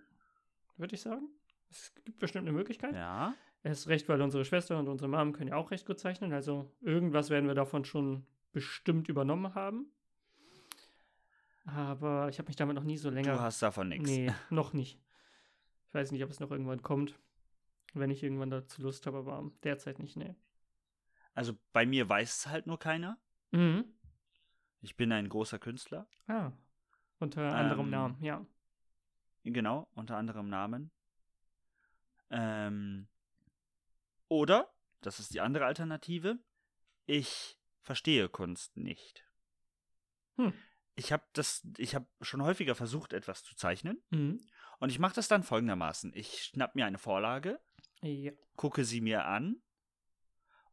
Speaker 2: würde ich sagen. Es gibt bestimmt eine Möglichkeit.
Speaker 1: Ja.
Speaker 2: Erst recht, weil unsere Schwester und unsere Mom können ja auch recht gut zeichnen. Also irgendwas werden wir davon schon bestimmt übernommen haben. Aber ich habe mich damit noch nie so länger.
Speaker 1: Du hast davon nichts.
Speaker 2: Nee, noch nicht. Ich weiß nicht, ob es noch irgendwann kommt. Wenn ich irgendwann dazu Lust habe, aber derzeit nicht, nee.
Speaker 1: Also bei mir weiß es halt nur keiner.
Speaker 2: Mhm.
Speaker 1: Ich bin ein großer Künstler.
Speaker 2: Ah. Unter anderem
Speaker 1: Ähm,
Speaker 2: Namen, ja.
Speaker 1: Genau, unter anderem Namen. Ähm, oder, das ist die andere Alternative, ich verstehe Kunst nicht.
Speaker 2: Hm.
Speaker 1: Ich habe das, ich habe schon häufiger versucht, etwas zu zeichnen.
Speaker 2: Mhm.
Speaker 1: Und ich mache das dann folgendermaßen. Ich schnapp mir eine Vorlage,
Speaker 2: Ja.
Speaker 1: gucke sie mir an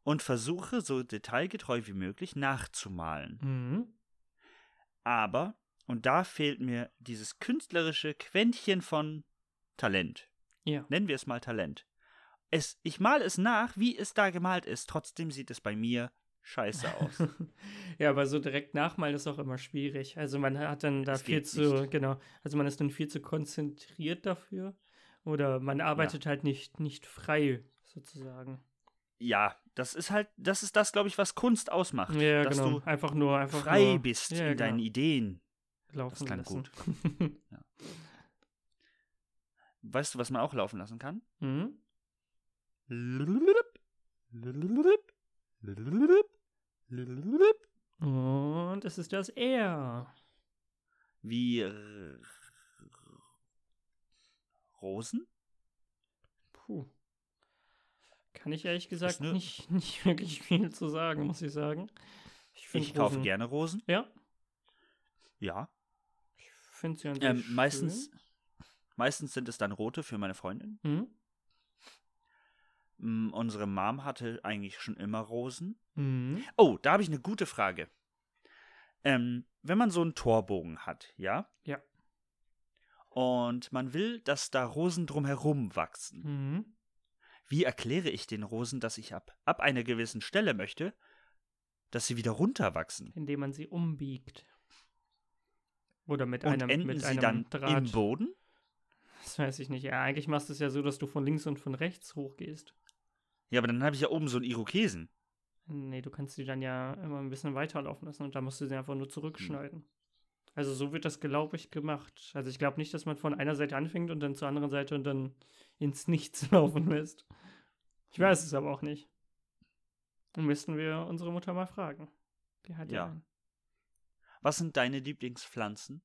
Speaker 1: und versuche, so detailgetreu wie möglich nachzumalen.
Speaker 2: Mhm.
Speaker 1: Aber, und da fehlt mir dieses künstlerische Quäntchen von Talent.
Speaker 2: Ja.
Speaker 1: Nennen wir es mal Talent. Es, ich male es nach, wie es da gemalt ist. Trotzdem sieht es bei mir scheiße aus.
Speaker 2: ja, aber so direkt nachmalen ist auch immer schwierig. Also man hat dann da
Speaker 1: Das
Speaker 2: viel
Speaker 1: geht
Speaker 2: zu,
Speaker 1: nicht.
Speaker 2: genau, also man ist dann viel zu konzentriert dafür oder man arbeitet halt nicht, nicht frei sozusagen.
Speaker 1: ja, das ist halt, das ist das, glaube ich, was Kunst ausmacht.
Speaker 2: ja,
Speaker 1: dass
Speaker 2: genau.
Speaker 1: du
Speaker 2: Einfach nur, einfach
Speaker 1: frei
Speaker 2: nur
Speaker 1: bist
Speaker 2: Ja,
Speaker 1: in deinen
Speaker 2: genau.
Speaker 1: Ideen.
Speaker 2: laufen
Speaker 1: Das klang
Speaker 2: lassen.
Speaker 1: Weißt du, was man auch laufen lassen kann?
Speaker 2: Mhm. Und es ist das R.
Speaker 1: Wie R- Rosen?
Speaker 2: Puh. Kann ich ehrlich
Speaker 1: Das
Speaker 2: gesagt
Speaker 1: ne-
Speaker 2: nicht, nicht wirklich viel zu sagen, muss ich sagen. find
Speaker 1: Ich kaufe
Speaker 2: Rosen-
Speaker 1: gerne Rosen.
Speaker 2: Ja,
Speaker 1: Ja.
Speaker 2: ich finde sie an sich
Speaker 1: Ähm,
Speaker 2: schön.
Speaker 1: meistens, meistens sind es dann rote für meine Freundin.
Speaker 2: Mhm.
Speaker 1: Mm, unsere Mom hatte eigentlich schon immer Rosen.
Speaker 2: Mhm.
Speaker 1: Oh, da habe ich eine gute Frage. Ähm, wenn man so einen Torbogen hat, ja?
Speaker 2: Ja.
Speaker 1: Und man will, dass da Rosen drumherum wachsen.
Speaker 2: Mhm.
Speaker 1: Wie erkläre ich den Rosen, dass ich ab, ab einer gewissen Stelle möchte, dass sie wieder runterwachsen?
Speaker 2: Indem man sie umbiegt. Oder mit
Speaker 1: Und
Speaker 2: einem,
Speaker 1: enden
Speaker 2: mit
Speaker 1: sie
Speaker 2: einem
Speaker 1: dann im
Speaker 2: Draht.
Speaker 1: Boden?
Speaker 2: Das weiß ich nicht. Ja, eigentlich machst du es ja so, dass du von links und von rechts hochgehst.
Speaker 1: Ja, aber dann habe ich ja oben so einen Irokesen.
Speaker 2: Nee, du kannst die dann ja immer ein bisschen weiterlaufen lassen und da musst du sie einfach nur zurückschneiden.
Speaker 1: Hm.
Speaker 2: Also so wird das, glaube ich, gemacht. Also ich glaube nicht, dass man von einer Seite anfängt und dann zur anderen Seite und dann ins Nichts laufen lässt. Ich weiß es aber auch nicht. Dann müssten wir unsere Mutter mal fragen. Die hat
Speaker 1: Ja.
Speaker 2: einen.
Speaker 1: Was sind deine Lieblingspflanzen?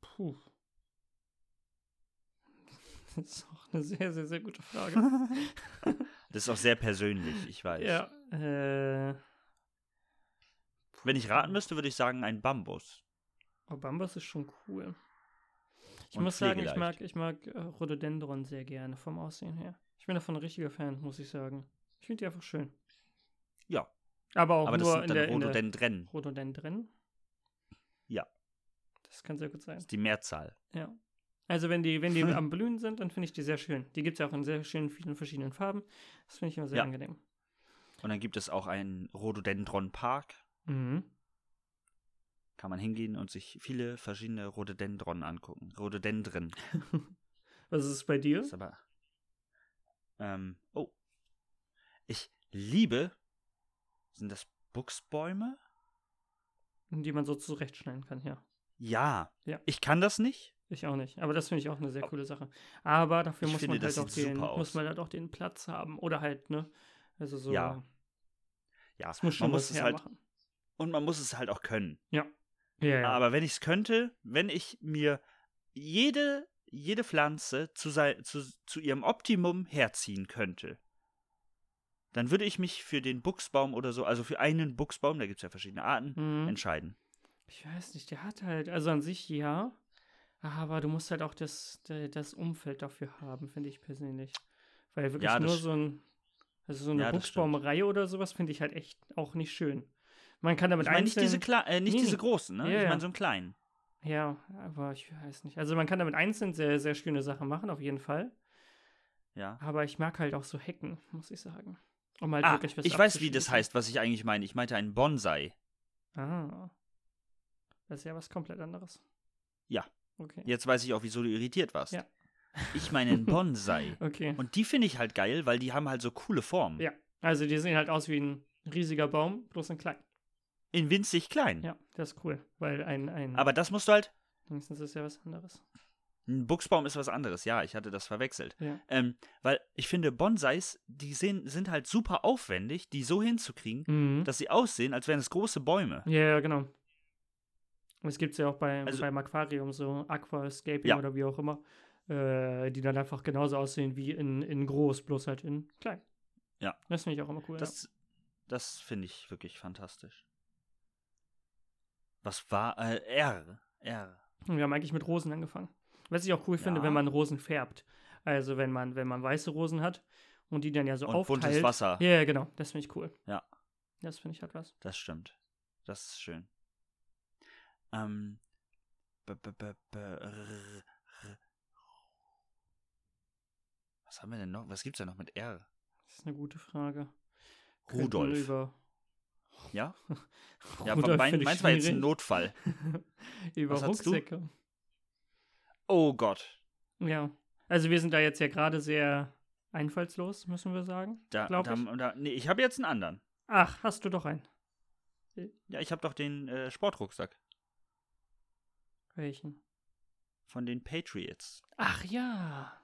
Speaker 2: Puh. Das ist auch eine sehr, sehr, sehr gute Frage.
Speaker 1: Das ist auch sehr persönlich, ich weiß.
Speaker 2: ja. Äh,
Speaker 1: Wenn ich raten müsste, würde ich sagen, ein Bambus.
Speaker 2: oh, Bambus ist schon cool. Ich
Speaker 1: Und
Speaker 2: muss sagen, ich
Speaker 1: pflegeleicht.
Speaker 2: mag, ich mag äh, Rhododendron sehr gerne vom Aussehen her. Ich bin davon ein richtiger Fan, muss ich sagen. Ich finde die einfach schön.
Speaker 1: Ja.
Speaker 2: Aber auch
Speaker 1: Aber das
Speaker 2: nur
Speaker 1: sind
Speaker 2: in der,
Speaker 1: dann
Speaker 2: in der
Speaker 1: Rhododendren.
Speaker 2: Rhododendron.
Speaker 1: Ja.
Speaker 2: Das kann sehr gut sein.
Speaker 1: Das ist die Mehrzahl.
Speaker 2: Ja. Also wenn die, wenn die
Speaker 1: Hm.
Speaker 2: am Blühen sind, dann finde ich die sehr schön. Die gibt es ja auch in sehr schönen, vielen verschiedenen Farben. Das finde ich immer sehr
Speaker 1: Ja.
Speaker 2: angenehm.
Speaker 1: Und dann gibt es auch einen Rhododendron-Park.
Speaker 2: Mhm.
Speaker 1: Kann man hingehen und sich viele verschiedene Rhododendron angucken. Rhododendren.
Speaker 2: Was ist es bei dir?
Speaker 1: Ist aber. Ähm, oh. Ich liebe. Sind das Buchsbäume?
Speaker 2: Die man so zurechtschneiden kann, ja.
Speaker 1: Ja.
Speaker 2: Ja.
Speaker 1: Ich kann das nicht.
Speaker 2: Ich auch nicht. Aber das finde ich auch eine sehr coole Sache. Aber dafür
Speaker 1: Ich
Speaker 2: muss
Speaker 1: finde,
Speaker 2: man halt
Speaker 1: das
Speaker 2: auch
Speaker 1: sieht
Speaker 2: den,
Speaker 1: super aus.
Speaker 2: muss man halt auch den Platz haben. Oder halt, ne? Also so,
Speaker 1: Ja. Ja,
Speaker 2: es muss schon
Speaker 1: man muss
Speaker 2: was
Speaker 1: es halt
Speaker 2: hermachen.
Speaker 1: und man muss es halt auch können.
Speaker 2: Ja, ja.
Speaker 1: Aber wenn ich es könnte, wenn ich mir jede jede Pflanze zu, sei, zu, zu ihrem Optimum herziehen könnte, dann würde ich mich für den Buchsbaum oder so, also für einen Buchsbaum, da gibt es ja verschiedene Arten,
Speaker 2: Mhm.
Speaker 1: entscheiden.
Speaker 2: Ich weiß nicht, der hat halt, also an sich ja, aber du musst halt auch das, de- das Umfeld dafür haben, finde ich persönlich. Weil wirklich
Speaker 1: Ja, das
Speaker 2: nur
Speaker 1: st-
Speaker 2: so ein, also so eine
Speaker 1: Ja, das stimmt.
Speaker 2: Buchsbaumreihe oder sowas finde ich halt echt auch nicht schön. Man kann damit
Speaker 1: Ich meine nicht
Speaker 2: einzeln,
Speaker 1: diese, Kle äh, nicht
Speaker 2: Nee,
Speaker 1: diese
Speaker 2: nee.
Speaker 1: großen, ne?
Speaker 2: Ja,
Speaker 1: ich
Speaker 2: ja.
Speaker 1: meine so einen kleinen.
Speaker 2: ja, aber ich weiß nicht. Also man kann damit einzeln sehr, sehr schöne Sachen machen, auf jeden Fall.
Speaker 1: Ja.
Speaker 2: Aber ich mag halt auch so Hecken, muss ich sagen. Um halt
Speaker 1: ah,
Speaker 2: wirklich was
Speaker 1: ich weiß, wie das
Speaker 2: abzuschließen.
Speaker 1: heißt, was ich eigentlich meine. Ich meinte einen Bonsai.
Speaker 2: Ah. Das ist ja was komplett anderes.
Speaker 1: Ja.
Speaker 2: Okay.
Speaker 1: Jetzt weiß ich auch, wieso du irritiert warst.
Speaker 2: Ja.
Speaker 1: Ich meine einen Bonsai.
Speaker 2: Okay.
Speaker 1: Und die finde ich halt geil, weil die haben halt so coole Formen.
Speaker 2: Ja. Also die sehen halt aus wie ein riesiger Baum, bloß in klein.
Speaker 1: In winzig klein.
Speaker 2: Ja, das ist cool, weil ein ein
Speaker 1: Aber das musst du halt.
Speaker 2: wenigstens ist ja was anderes.
Speaker 1: Ein Buchsbaum ist was anderes. Ja, ich hatte das verwechselt.
Speaker 2: Ja.
Speaker 1: Ähm, weil ich finde, Bonsais, die sehen, sind halt super aufwendig, die so hinzukriegen,
Speaker 2: Mhm.
Speaker 1: dass sie aussehen, als wären es große Bäume.
Speaker 2: ja, ja, genau. Und Es gibt ja auch bei,
Speaker 1: Also-
Speaker 2: beim Aquarium so Aquascaping
Speaker 1: Ja.
Speaker 2: oder wie auch immer, äh, die dann einfach genauso aussehen wie in, in groß, bloß halt in klein.
Speaker 1: Ja.
Speaker 2: Das finde ich auch immer cool.
Speaker 1: Das, das finde ich wirklich fantastisch. Was war. Äh, R. R.
Speaker 2: Und wir haben eigentlich mit Rosen angefangen. Was ich auch cool finde,
Speaker 1: Ja.
Speaker 2: wenn man Rosen färbt. Also wenn man, wenn man weiße Rosen hat und die dann ja so
Speaker 1: Und
Speaker 2: aufteilt.
Speaker 1: buntes Wasser.
Speaker 2: Ja, ja, genau. Das finde ich cool.
Speaker 1: Ja.
Speaker 2: Das finde ich halt was.
Speaker 1: Das stimmt. Das ist schön. Ähm. b- b- b- b- r- r- Was haben wir denn noch? Was gibt's denn noch mit R?
Speaker 2: Das ist eine gute Frage. Könnten wir
Speaker 1: Rudolf.
Speaker 2: Über
Speaker 1: Ja? Ja, aber
Speaker 2: Rudolf
Speaker 1: mein,
Speaker 2: finde ich
Speaker 1: meins war jetzt ein
Speaker 2: schwierig.
Speaker 1: Notfall.
Speaker 2: über
Speaker 1: Was hast du?
Speaker 2: Rucksäcke.
Speaker 1: Oh Gott.
Speaker 2: Ja. Also wir sind da jetzt ja gerade sehr einfallslos, müssen wir sagen.
Speaker 1: Da,
Speaker 2: Glaub
Speaker 1: da,
Speaker 2: ich.
Speaker 1: Da, nee, ich habe jetzt einen anderen.
Speaker 2: Ach, hast du doch einen.
Speaker 1: Ja, ich habe doch den äh, Sportrucksack
Speaker 2: Welchen?
Speaker 1: von den Patriots.
Speaker 2: Ach ja.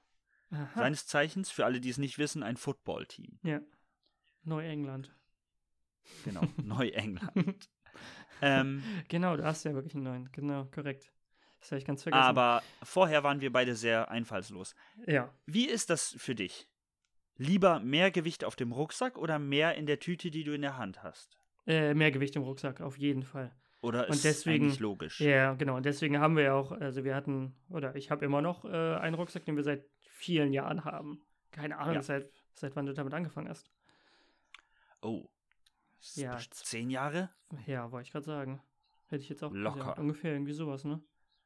Speaker 2: Aha.
Speaker 1: Seines Zeichens, für alle, die es nicht wissen, ein Footballteam.
Speaker 2: ja. Neuengland.
Speaker 1: Genau, Neuengland. ähm,
Speaker 2: Genau, du hast ja wirklich einen neuen. Genau, korrekt. Das habe ich ganz vergessen.
Speaker 1: aber vorher waren wir beide sehr einfallslos.
Speaker 2: Ja.
Speaker 1: Wie ist das für dich? Lieber mehr Gewicht auf dem Rucksack oder mehr in der Tüte, die du in der Hand hast?
Speaker 2: Äh, mehr Gewicht im Rucksack, auf jeden Fall.
Speaker 1: Oder
Speaker 2: Und
Speaker 1: ist
Speaker 2: deswegen-
Speaker 1: eigentlich logisch?
Speaker 2: Ja, genau. Und deswegen haben wir ja auch, also wir hatten, oder ich habe immer noch äh, einen Rucksack, den wir seit vielen Jahren haben. Keine Ahnung,
Speaker 1: Ja.
Speaker 2: seit, seit wann du damit angefangen hast.
Speaker 1: Oh. Ist
Speaker 2: Ja.
Speaker 1: best- Zehn Jahre?
Speaker 2: Ja, wollte ich gerade sagen. Hätte ich jetzt auch
Speaker 1: Locker.
Speaker 2: Gesagt. Ungefähr irgendwie sowas, ne?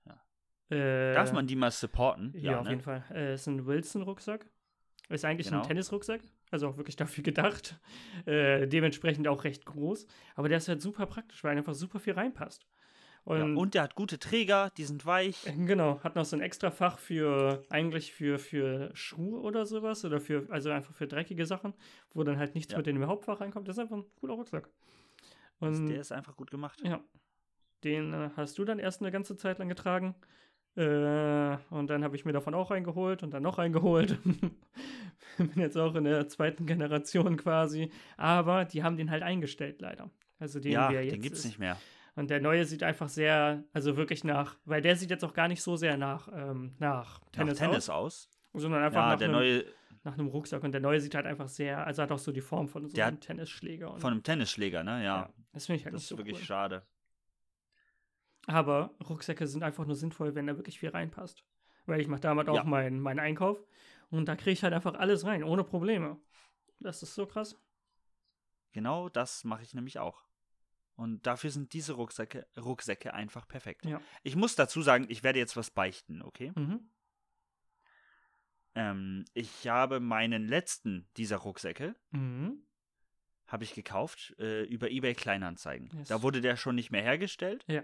Speaker 1: Ja.
Speaker 2: Äh,
Speaker 1: Darf man die mal supporten?
Speaker 2: Ja, auf
Speaker 1: ne?
Speaker 2: jeden Fall. Äh, ist ein Wilson-Rucksack. Ist eigentlich
Speaker 1: Genau.
Speaker 2: ein Tennisrucksack, also auch wirklich dafür gedacht. Äh, dementsprechend auch recht groß. Aber der ist halt super praktisch, weil einfach super viel reinpasst.
Speaker 1: Ja,
Speaker 2: Und,
Speaker 1: und der hat gute Träger, die sind weich.
Speaker 2: äh, genau, hat noch so ein extra Fach für, eigentlich für, für Schuhe oder sowas. Oder für, also einfach für dreckige Sachen, wo dann halt nichts
Speaker 1: Ja.
Speaker 2: mit in dem Hauptfach reinkommt. Das ist einfach ein cooler Rucksack. Und
Speaker 1: Also der ist einfach gut gemacht.
Speaker 2: ja. Den äh, hast du dann erst eine ganze Zeit lang getragen. Äh, und dann habe ich mir davon auch eingeholt und dann noch eingeholt. Bin jetzt auch in der zweiten Generation quasi. Aber die haben den halt eingestellt, leider. Also den
Speaker 1: ja,
Speaker 2: wir jetzt.
Speaker 1: den gibt's
Speaker 2: ist.
Speaker 1: nicht mehr.
Speaker 2: Und der neue sieht einfach sehr, also wirklich nach, weil der sieht jetzt auch gar nicht so sehr nach, ähm, nach Tennis,
Speaker 1: nach Tennis
Speaker 2: aus,
Speaker 1: aus.
Speaker 2: sondern einfach
Speaker 1: Ja,
Speaker 2: nach,
Speaker 1: der
Speaker 2: einem,
Speaker 1: neue
Speaker 2: nach einem Rucksack. Und der neue sieht halt einfach sehr, also hat auch so die Form von so
Speaker 1: Der
Speaker 2: einem Tennisschläger. Und,
Speaker 1: von einem Tennisschläger, ne? Ja.
Speaker 2: das finde ich halt
Speaker 1: das
Speaker 2: nicht
Speaker 1: ist
Speaker 2: so
Speaker 1: wirklich
Speaker 2: cool.
Speaker 1: schade.
Speaker 2: Aber Rucksäcke sind einfach nur sinnvoll, wenn da wirklich viel reinpasst. Weil ich mache damit auch
Speaker 1: Ja.
Speaker 2: meinen, meinen Einkauf und da kriege ich halt einfach alles rein, ohne Probleme. Das ist so krass.
Speaker 1: Genau das mache ich nämlich auch. Und dafür sind diese Rucksäcke, Rucksäcke einfach perfekt.
Speaker 2: Ja.
Speaker 1: Ich muss dazu sagen, ich werde jetzt was beichten, okay?
Speaker 2: Mhm.
Speaker 1: Ähm, ich habe meinen letzten dieser Rucksäcke
Speaker 2: Mhm.
Speaker 1: habe ich gekauft äh, über eBay Kleinanzeigen.
Speaker 2: Yes.
Speaker 1: Da wurde der schon nicht mehr hergestellt.
Speaker 2: Ja.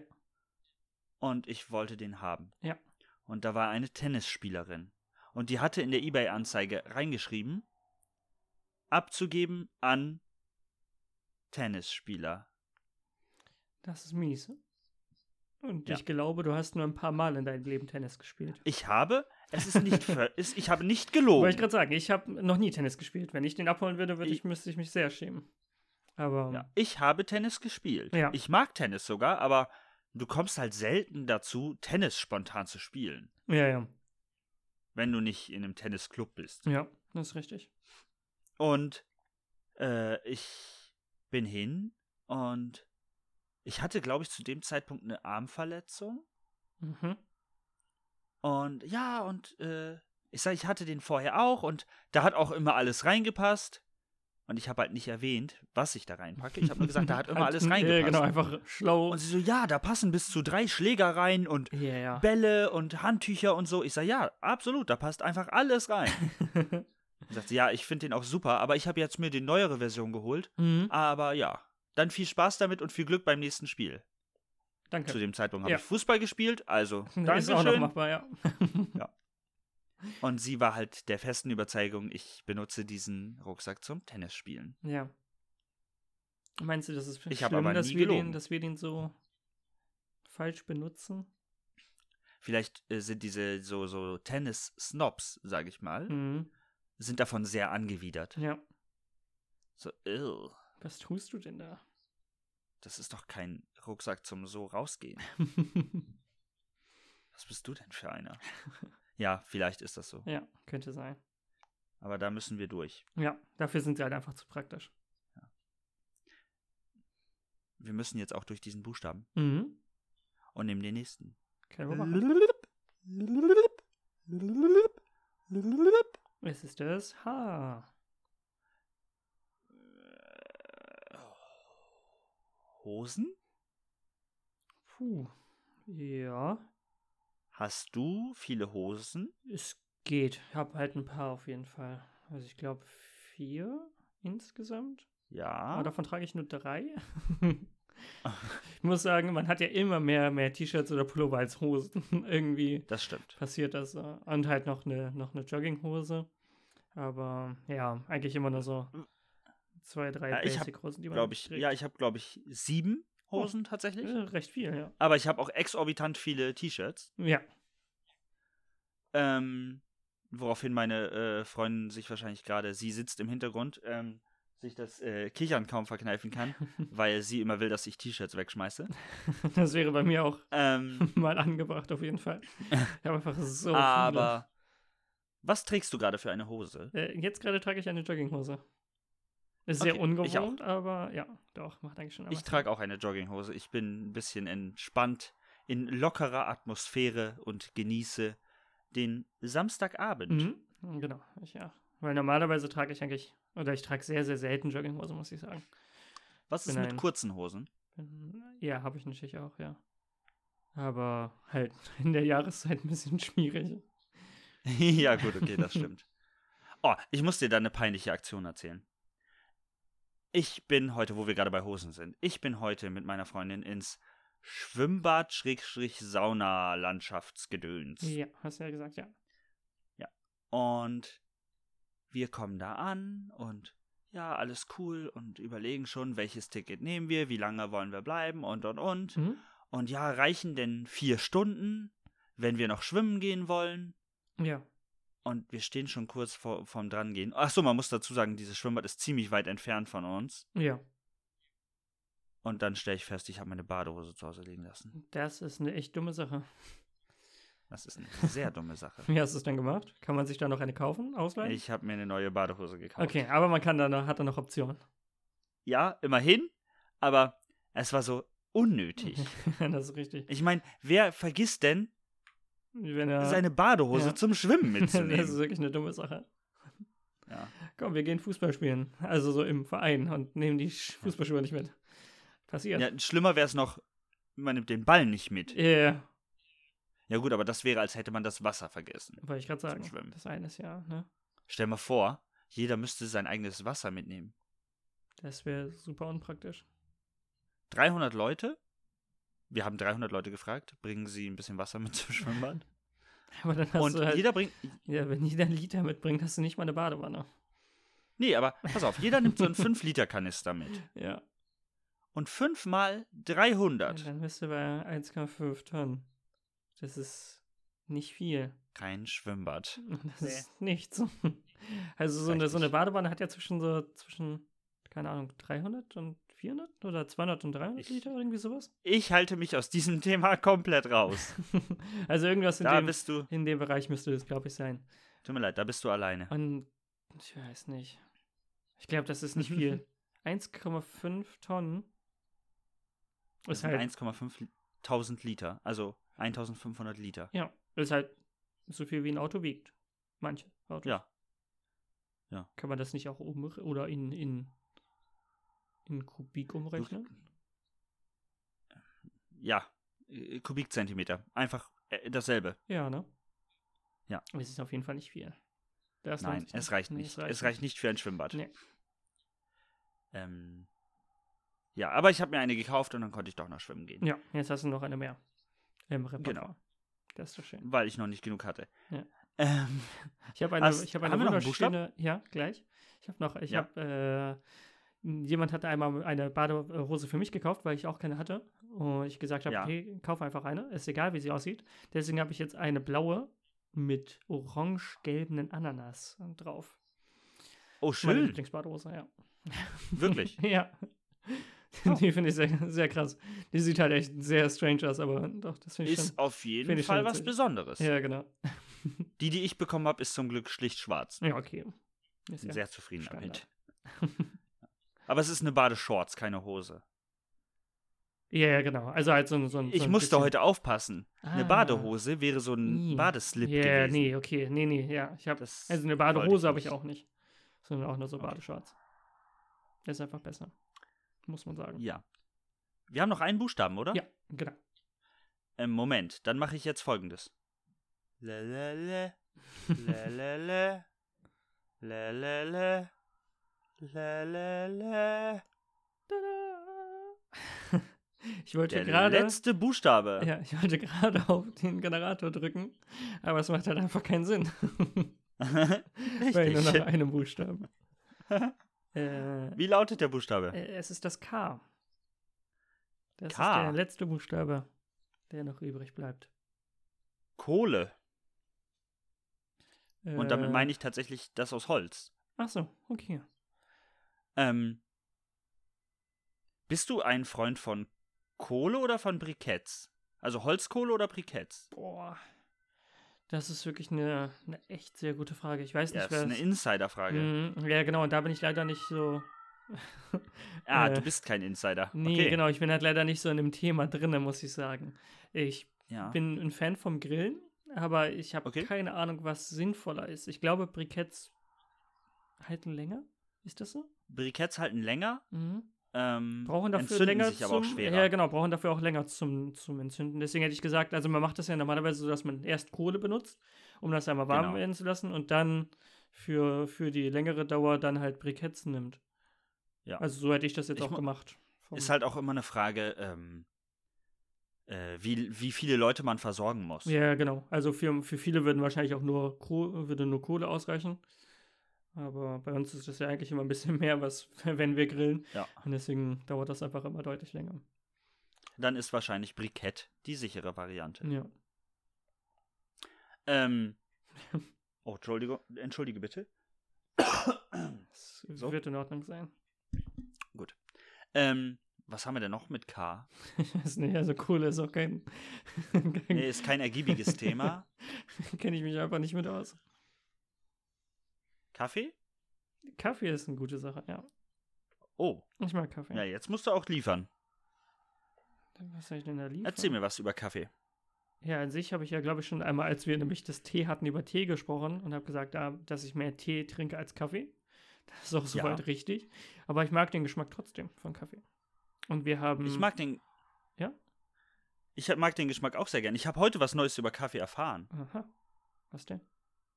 Speaker 1: Und ich wollte den haben.
Speaker 2: Ja.
Speaker 1: Und da war eine Tennisspielerin und die hatte in der eBay Anzeige reingeschrieben abzugeben an Tennisspieler.
Speaker 2: Das ist mies. Und
Speaker 1: Ja.
Speaker 2: ich glaube, du hast nur ein paar Mal in deinem Leben Tennis gespielt.
Speaker 1: Ich habe, es ist nicht, ver- ist, ich habe nicht gelogen.
Speaker 2: Wollte ich gerade sagen, ich habe noch nie Tennis gespielt. Wenn ich den abholen würde, würde ich, müsste ich mich sehr schämen. Aber
Speaker 1: Ja, ich habe Tennis gespielt.
Speaker 2: Ja.
Speaker 1: Ich mag Tennis sogar, aber du kommst halt selten dazu, Tennis spontan zu spielen,
Speaker 2: ja, ja,
Speaker 1: wenn du nicht in einem Tennisclub bist.
Speaker 2: ja, das ist richtig.
Speaker 1: Und äh, ich bin hin und ich hatte, glaube ich, zu dem Zeitpunkt eine Armverletzung.
Speaker 2: Mhm.
Speaker 1: Und ja, und äh, ich sage, ich hatte den vorher auch und da hat auch immer alles reingepasst. Und ich habe halt nicht erwähnt, was ich da reinpacke. Ich habe nur gesagt, da hat immer
Speaker 2: Halt,
Speaker 1: alles
Speaker 2: äh,
Speaker 1: reingepasst.
Speaker 2: Genau, einfach schlau.
Speaker 1: Und sie so, ja, da passen bis zu drei Schläger rein und
Speaker 2: ja, ja.
Speaker 1: Bälle und Handtücher und so. Ich sage, ja, absolut, da passt einfach alles rein. Dann sagt sie, ja, ich finde den auch super, aber ich habe jetzt mir die neuere Version geholt.
Speaker 2: Mhm.
Speaker 1: Aber ja, dann viel Spaß damit und viel Glück beim nächsten Spiel.
Speaker 2: Danke.
Speaker 1: Zu dem Zeitpunkt habe
Speaker 2: Ja.
Speaker 1: ich Fußball gespielt, also
Speaker 2: Ist auch noch
Speaker 1: Dankeschön.
Speaker 2: machbar, ja.
Speaker 1: Und sie war halt der festen Überzeugung, ich benutze diesen Rucksack zum Tennisspielen.
Speaker 2: ja. Meinst du, das ist
Speaker 1: Ich hab
Speaker 2: schlimm,
Speaker 1: aber
Speaker 2: dass,
Speaker 1: nie
Speaker 2: wir den,
Speaker 1: gelogen.
Speaker 2: dass wir den so falsch benutzen?
Speaker 1: Vielleicht äh, sind diese so, so Tennis-Snobs, sage ich mal,
Speaker 2: Mhm.
Speaker 1: sind davon sehr angewidert.
Speaker 2: Ja.
Speaker 1: So, ill.
Speaker 2: Was tust du denn da?
Speaker 1: Das ist doch kein Rucksack zum so rausgehen. Was bist du denn für einer? ja, vielleicht ist das so.
Speaker 2: ja, könnte sein.
Speaker 1: Aber da müssen wir durch.
Speaker 2: Ja, dafür sind sie halt einfach zu praktisch.
Speaker 1: Wir müssen jetzt auch durch diesen Buchstaben
Speaker 2: Mhm.
Speaker 1: und nehmen den nächsten.
Speaker 2: Können wir machen. Es ist das H.
Speaker 1: Hosen?
Speaker 2: Puh. Ja,
Speaker 1: Hast du viele Hosen?
Speaker 2: es geht. Ich habe halt ein paar auf jeden Fall. Also ich glaube vier insgesamt.
Speaker 1: Ja.
Speaker 2: Aber davon trage ich nur drei. ich muss sagen, man hat ja immer mehr, mehr T-Shirts oder Pullover als Hosen. Irgendwie
Speaker 1: das stimmt.
Speaker 2: passiert das. äh, Und halt noch eine, noch eine Jogginghose. Aber ja, eigentlich immer nur so zwei, drei
Speaker 1: Ja, ich hab,
Speaker 2: Basic-Hosen, die man
Speaker 1: Glaube ich.
Speaker 2: trägt.
Speaker 1: Ja, ich habe glaube ich sieben Hosen tatsächlich.
Speaker 2: Äh, recht viel, ja.
Speaker 1: Aber ich habe auch exorbitant viele T-Shirts.
Speaker 2: Ja,
Speaker 1: Ähm, woraufhin meine äh, Freundin sich wahrscheinlich gerade, sie sitzt im Hintergrund, ähm, sich das äh, Kichern kaum verkneifen kann, weil sie immer will, dass ich T-Shirts wegschmeiße.
Speaker 2: das wäre bei mir auch
Speaker 1: Ähm,
Speaker 2: mal angebracht auf jeden Fall. Ich habe einfach so
Speaker 1: aber was trägst du gerade für eine Hose?
Speaker 2: viele. Äh, jetzt gerade trage ich eine Jogginghose. Ist sehr
Speaker 1: Okay, ich auch.
Speaker 2: ungewohnt, aber ja, doch, macht eigentlich schon
Speaker 1: Ich
Speaker 2: Spaß.
Speaker 1: trage auch eine Jogginghose. Ich bin ein bisschen entspannt in lockerer Atmosphäre und genieße den Samstagabend.
Speaker 2: Mhm, genau, ich ja. Weil normalerweise trage ich eigentlich, oder ich trage sehr, sehr selten Jogginghose, muss ich sagen.
Speaker 1: Was ist
Speaker 2: Bin
Speaker 1: mit
Speaker 2: ein-
Speaker 1: kurzen Hosen?
Speaker 2: Bin- Ja, habe ich natürlich auch, ja. Aber halt in der Jahreszeit ein bisschen schwierig.
Speaker 1: ja, gut, okay, das stimmt. Oh, ich muss dir da eine peinliche Aktion erzählen. Ich bin heute, wo wir gerade bei Hosen sind, ich bin heute mit meiner Freundin ins Schwimmbad-Sauna-Landschaftsgedöns.
Speaker 2: Ja, hast du ja gesagt, ja.
Speaker 1: Und wir kommen da an und ja, alles cool und überlegen schon, welches Ticket nehmen wir, wie lange wollen wir bleiben und und und.
Speaker 2: Mhm.
Speaker 1: Und ja, reichen denn vier Stunden, wenn wir noch schwimmen gehen wollen?
Speaker 2: Ja.
Speaker 1: Und wir stehen schon kurz vor, vorm Drangehen. Achso, man muss dazu sagen, dieses Schwimmbad ist ziemlich weit entfernt von uns.
Speaker 2: Ja.
Speaker 1: Und dann stelle ich fest, ich habe meine Badehose zu Hause liegen lassen.
Speaker 2: Das ist eine echt dumme Sache.
Speaker 1: Das ist eine sehr dumme Sache.
Speaker 2: Wie hast du es dann gemacht? Kann man sich da noch eine kaufen, ausleihen?
Speaker 1: Ich habe mir eine neue Badehose gekauft.
Speaker 2: okay, aber man kann da noch, hat da noch Optionen.
Speaker 1: Ja, immerhin, aber es war so unnötig.
Speaker 2: das ist richtig.
Speaker 1: Ich meine, wer vergisst denn,
Speaker 2: Wenn er,
Speaker 1: seine Badehose
Speaker 2: Ja.
Speaker 1: zum Schwimmen
Speaker 2: das ist
Speaker 1: mitzunehmen?
Speaker 2: wirklich eine dumme Sache.
Speaker 1: ja.
Speaker 2: Komm, wir gehen Fußball spielen. Also so im Verein und nehmen die Sch- Fußballschuhe nicht mit. Passiert.
Speaker 1: Ja, schlimmer wäre es noch, man nimmt den Ball nicht mit.
Speaker 2: Äh,
Speaker 1: Ja gut, aber das wäre, als hätte man das Wasser vergessen.
Speaker 2: wollte ich gerade
Speaker 1: Zum
Speaker 2: sagen.
Speaker 1: Schwimmen.
Speaker 2: Das eine ist ja, ne?
Speaker 1: Stell mal vor, jeder müsste sein eigenes Wasser mitnehmen.
Speaker 2: Das wäre super unpraktisch.
Speaker 1: 300 Leute? Wir haben 300 Leute gefragt, bringen sie ein bisschen Wasser mit zum Schwimmbad?
Speaker 2: Aber dann hast
Speaker 1: Und
Speaker 2: du halt,
Speaker 1: jeder bringt,
Speaker 2: ja, wenn jeder einen Liter mitbringt, hast du nicht mal eine Badewanne.
Speaker 1: nee, aber pass auf, jeder nimmt so einen 5-Liter-Kanister mit.
Speaker 2: Ja.
Speaker 1: Und 5 mal
Speaker 2: ja
Speaker 1: 300.
Speaker 2: dann bist du bei 1,5 Tonnen. Das ist nicht viel.
Speaker 1: Kein Schwimmbad.
Speaker 2: Das
Speaker 1: Nee.
Speaker 2: ist nichts. Also so eine, so eine
Speaker 1: Richtig.
Speaker 2: Badewanne hat ja zwischen so, zwischen, keine Ahnung, 300 und 400 oder 200 und 300
Speaker 1: Ich-
Speaker 2: Liter oder irgendwie sowas.
Speaker 1: Ich halte mich aus diesem Thema komplett raus.
Speaker 2: also irgendwas in,
Speaker 1: Da
Speaker 2: dem,
Speaker 1: bist du,
Speaker 2: in dem Bereich müsste das, glaube ich, sein.
Speaker 1: tut mir leid, da bist du alleine.
Speaker 2: Und ich weiß nicht. Ich glaube, das ist nicht viel. 1,5 Tonnen
Speaker 1: Das
Speaker 2: ist
Speaker 1: sind
Speaker 2: halt,
Speaker 1: 1,5.000 Liter, also 1.500 Liter.
Speaker 2: ja, ist halt so viel wie ein Auto wiegt. Manche Autos.
Speaker 1: Ja. Ja.
Speaker 2: Kann man das nicht auch um oder in, in, in Kubik umrechnen?
Speaker 1: Ja, äh, Kubikzentimeter. Einfach äh, dasselbe.
Speaker 2: Ja, ne?
Speaker 1: Ja.
Speaker 2: Aber Es ist auf jeden Fall nicht viel. Das lohnt
Speaker 1: Nein,
Speaker 2: sich
Speaker 1: es reicht
Speaker 2: Nee,
Speaker 1: nicht. es reicht nicht für ein Schwimmbad.
Speaker 2: Nee.
Speaker 1: Ähm, ja, aber ich habe mir eine gekauft und dann konnte ich doch noch schwimmen gehen,
Speaker 2: Ja, jetzt hast du noch eine mehr im Repertoire. Genau. Das ist doch schön.
Speaker 1: weil ich noch nicht genug hatte.
Speaker 2: Ja.
Speaker 1: Ähm,
Speaker 2: Ich habe eine,
Speaker 1: Hast-
Speaker 2: ich hab eine
Speaker 1: haben wir noch einen Buchstaben?
Speaker 2: wunderschöne. Ja, gleich. Ich habe noch, ich
Speaker 1: Ja.
Speaker 2: habe, äh, jemand hatte einmal eine Badehose für mich gekauft, weil ich auch keine hatte. Und ich gesagt habe,
Speaker 1: Ja.
Speaker 2: okay, kauf einfach eine. Ist egal, wie sie aussieht. Deswegen habe ich jetzt eine blaue mit orange-gelbenen Ananas drauf.
Speaker 1: oh,
Speaker 2: Meine
Speaker 1: schön,
Speaker 2: Lieblingsbadehose, ja.
Speaker 1: wirklich.
Speaker 2: Ja. Die finde ich sehr, sehr krass. Die sieht halt echt sehr strange aus, aber doch, das finde ich
Speaker 1: Ist
Speaker 2: schon.
Speaker 1: auf jeden
Speaker 2: Finde ich schon
Speaker 1: Fall was
Speaker 2: witzig.
Speaker 1: Besonderes.
Speaker 2: Ja, genau.
Speaker 1: Die, die ich bekommen habe, ist zum Glück schlicht schwarz.
Speaker 2: Ja, okay. Ist
Speaker 1: Bin
Speaker 2: ja.
Speaker 1: sehr zufrieden
Speaker 2: Standard.
Speaker 1: damit. Aber es ist eine Badeshorts, keine Hose.
Speaker 2: ja, ja, genau. Also halt so ein. So ein so
Speaker 1: Ich
Speaker 2: ein
Speaker 1: musste
Speaker 2: bisschen-
Speaker 1: heute aufpassen. Eine
Speaker 2: Ah.
Speaker 1: Badehose wäre so ein
Speaker 2: I.
Speaker 1: Badeslip
Speaker 2: Ja,
Speaker 1: gewesen.
Speaker 2: nee, okay. Nee, nee, ja. Ich habe
Speaker 1: Das
Speaker 2: also eine
Speaker 1: wollte ich
Speaker 2: Badehose habe ich
Speaker 1: nicht.
Speaker 2: auch nicht. Sondern auch nur so
Speaker 1: Okay.
Speaker 2: Badeshorts. Ist einfach besser. Muss man sagen.
Speaker 1: Ja. Wir haben noch einen Buchstaben, oder?
Speaker 2: Ja, genau.
Speaker 1: Ähm, Moment, dann mache ich jetzt folgendes. Lelele, lelele, lelele, lelele.
Speaker 2: Tada. Ich wollte
Speaker 1: Der
Speaker 2: gerade.
Speaker 1: letzte Buchstabe.
Speaker 2: Ja, ich wollte gerade auf den Generator drücken, aber es macht halt einfach keinen Sinn. Weil nur nach
Speaker 1: Richtig.
Speaker 2: einem Buchstaben. äh,
Speaker 1: Wie lautet der Buchstabe?
Speaker 2: Äh, Es ist das K. Das
Speaker 1: K.
Speaker 2: ist der letzte Buchstabe, der noch übrig bleibt.
Speaker 1: Kohle. Und
Speaker 2: Äh.
Speaker 1: damit meine ich tatsächlich das aus Holz.
Speaker 2: Ach so, okay.
Speaker 1: Ähm, bist du ein Freund von Kohle oder von Briketts? Also Holzkohle oder Briketts?
Speaker 2: Boah. Das ist wirklich eine, eine echt sehr gute Frage. Ich weiß
Speaker 1: Ja,
Speaker 2: nicht,
Speaker 1: das ist eine Insiderfrage.
Speaker 2: Mm, ja, genau, und da bin ich leider nicht so.
Speaker 1: Ah,
Speaker 2: äh,
Speaker 1: du bist kein Insider.
Speaker 2: Nee,
Speaker 1: okay.
Speaker 2: genau, ich bin halt leider nicht so in dem Thema drinne, muss ich sagen. Ich
Speaker 1: Ja.
Speaker 2: bin ein Fan vom Grillen, aber ich habe
Speaker 1: Ah. Okay.
Speaker 2: keine Ahnung, was sinnvoller ist. Ich glaube, Briketts halten länger. Ist das so?
Speaker 1: Briketts halten länger,
Speaker 2: Mhm.
Speaker 1: ähm,
Speaker 2: brauchen dafür
Speaker 1: entzünden
Speaker 2: länger
Speaker 1: sich
Speaker 2: zum,
Speaker 1: aber auch schwerer.
Speaker 2: Ja, genau, brauchen dafür auch länger zum, zum Entzünden. Deswegen hätte ich gesagt, also man macht das ja normalerweise so, dass man erst Kohle benutzt, um das einmal warm
Speaker 1: Genau.
Speaker 2: werden zu lassen und dann für, für die längere Dauer dann halt Briketts nimmt.
Speaker 1: Ja.
Speaker 2: Also so hätte ich das jetzt
Speaker 1: Ich
Speaker 2: auch
Speaker 1: mu-
Speaker 2: gemacht. Vom-
Speaker 1: Ist halt auch immer eine Frage, ähm, äh, wie, wie viele Leute man versorgen muss.
Speaker 2: ja, genau. Also für, für viele würden wahrscheinlich auch nur, Ko würde nur Kohle ausreichen. Aber bei uns ist das ja eigentlich immer ein bisschen mehr, was, wenn wir grillen.
Speaker 1: Ja.
Speaker 2: Und deswegen dauert das einfach immer deutlich länger.
Speaker 1: Dann ist wahrscheinlich Brikett die sichere Variante.
Speaker 2: Ja.
Speaker 1: Ähm, oh, Entschuldigung, entschuldige bitte.
Speaker 2: Das
Speaker 1: So.
Speaker 2: wird in Ordnung sein.
Speaker 1: Ähm, was haben wir denn noch mit K?
Speaker 2: Ich weiß nicht, also Kohle ist auch kein. kein
Speaker 1: Nee, ist kein ergiebiges Thema.
Speaker 2: Kenne ich mich einfach nicht mit aus.
Speaker 1: Kaffee?
Speaker 2: Kaffee ist eine gute Sache, ja.
Speaker 1: Oh,
Speaker 2: Ich mag Kaffee.
Speaker 1: ja, jetzt musst du auch liefern.
Speaker 2: Was soll ich denn da liefern?
Speaker 1: Erzähl mir was über Kaffee.
Speaker 2: Ja, an sich habe ich ja, glaube ich, schon einmal, als wir nämlich das Tee hatten, über Tee gesprochen und habe gesagt, ah, dass ich mehr Tee trinke als Kaffee. Das ist auch
Speaker 1: Ja.
Speaker 2: soweit richtig. Aber ich mag den Geschmack trotzdem von Kaffee. Und wir haben.
Speaker 1: Ich mag den.
Speaker 2: Hm. Ja?
Speaker 1: Ich hab- mag den Geschmack auch sehr gern. Ich habe heute was Neues über Kaffee erfahren.
Speaker 2: Aha. Was denn?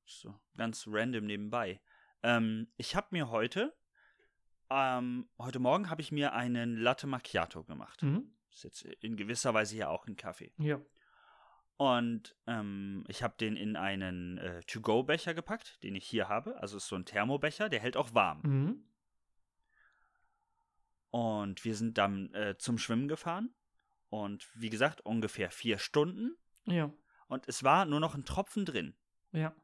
Speaker 1: So, ganz random nebenbei. Ähm, ich habe mir heute, ähm, heute Morgen habe ich mir einen Latte Macchiato gemacht.
Speaker 2: Mhm.
Speaker 1: Ist jetzt in gewisser Weise ja auch ein Kaffee.
Speaker 2: Ja.
Speaker 1: Und ähm, ich habe den in einen äh, To-Go-Becher gepackt, den ich hier habe. Also ist so ein Thermobecher, der hält auch warm.
Speaker 2: Mhm.
Speaker 1: Und wir sind dann äh, zum Schwimmen gefahren. Und wie gesagt, ungefähr vier Stunden.
Speaker 2: Ja.
Speaker 1: Und es war nur noch ein Tropfen drin.
Speaker 2: Ja.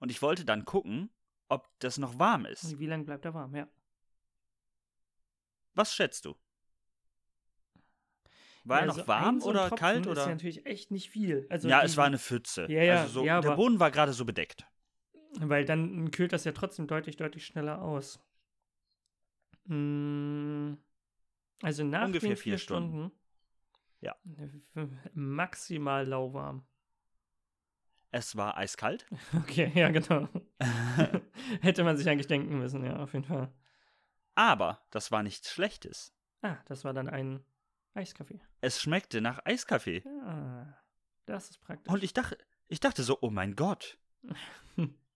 Speaker 1: Und ich wollte dann gucken, ob das noch warm ist.
Speaker 2: Und wie lange bleibt er warm? Ja.
Speaker 1: Was schätzt du? War er
Speaker 2: Ja,
Speaker 1: noch
Speaker 2: so Also ein
Speaker 1: warm
Speaker 2: so ein
Speaker 1: oder
Speaker 2: Tropfen
Speaker 1: kalt?
Speaker 2: Ist
Speaker 1: Oder?
Speaker 2: ja natürlich echt nicht viel. Also
Speaker 1: ja,
Speaker 2: die-
Speaker 1: es war eine Pfütze.
Speaker 2: Ja, ja,
Speaker 1: also so,
Speaker 2: ja,
Speaker 1: der
Speaker 2: aber-
Speaker 1: Boden war gerade so bedeckt.
Speaker 2: Weil dann kühlt das ja trotzdem deutlich, deutlich schneller aus. Mm, Also nach
Speaker 1: Ungefähr
Speaker 2: den
Speaker 1: vier
Speaker 2: vier Stunden.
Speaker 1: Ja.
Speaker 2: Maximal lauwarm.
Speaker 1: Es war eiskalt.
Speaker 2: Okay, ja, genau. Hätte man sich eigentlich denken müssen, ja, auf jeden Fall.
Speaker 1: aber das war nichts Schlechtes.
Speaker 2: Ah, das war dann ein Eiskaffee.
Speaker 1: Es schmeckte nach Eiskaffee.
Speaker 2: Hm. Ja, das ist praktisch.
Speaker 1: Und ich dachte, ich dachte so, oh mein Gott.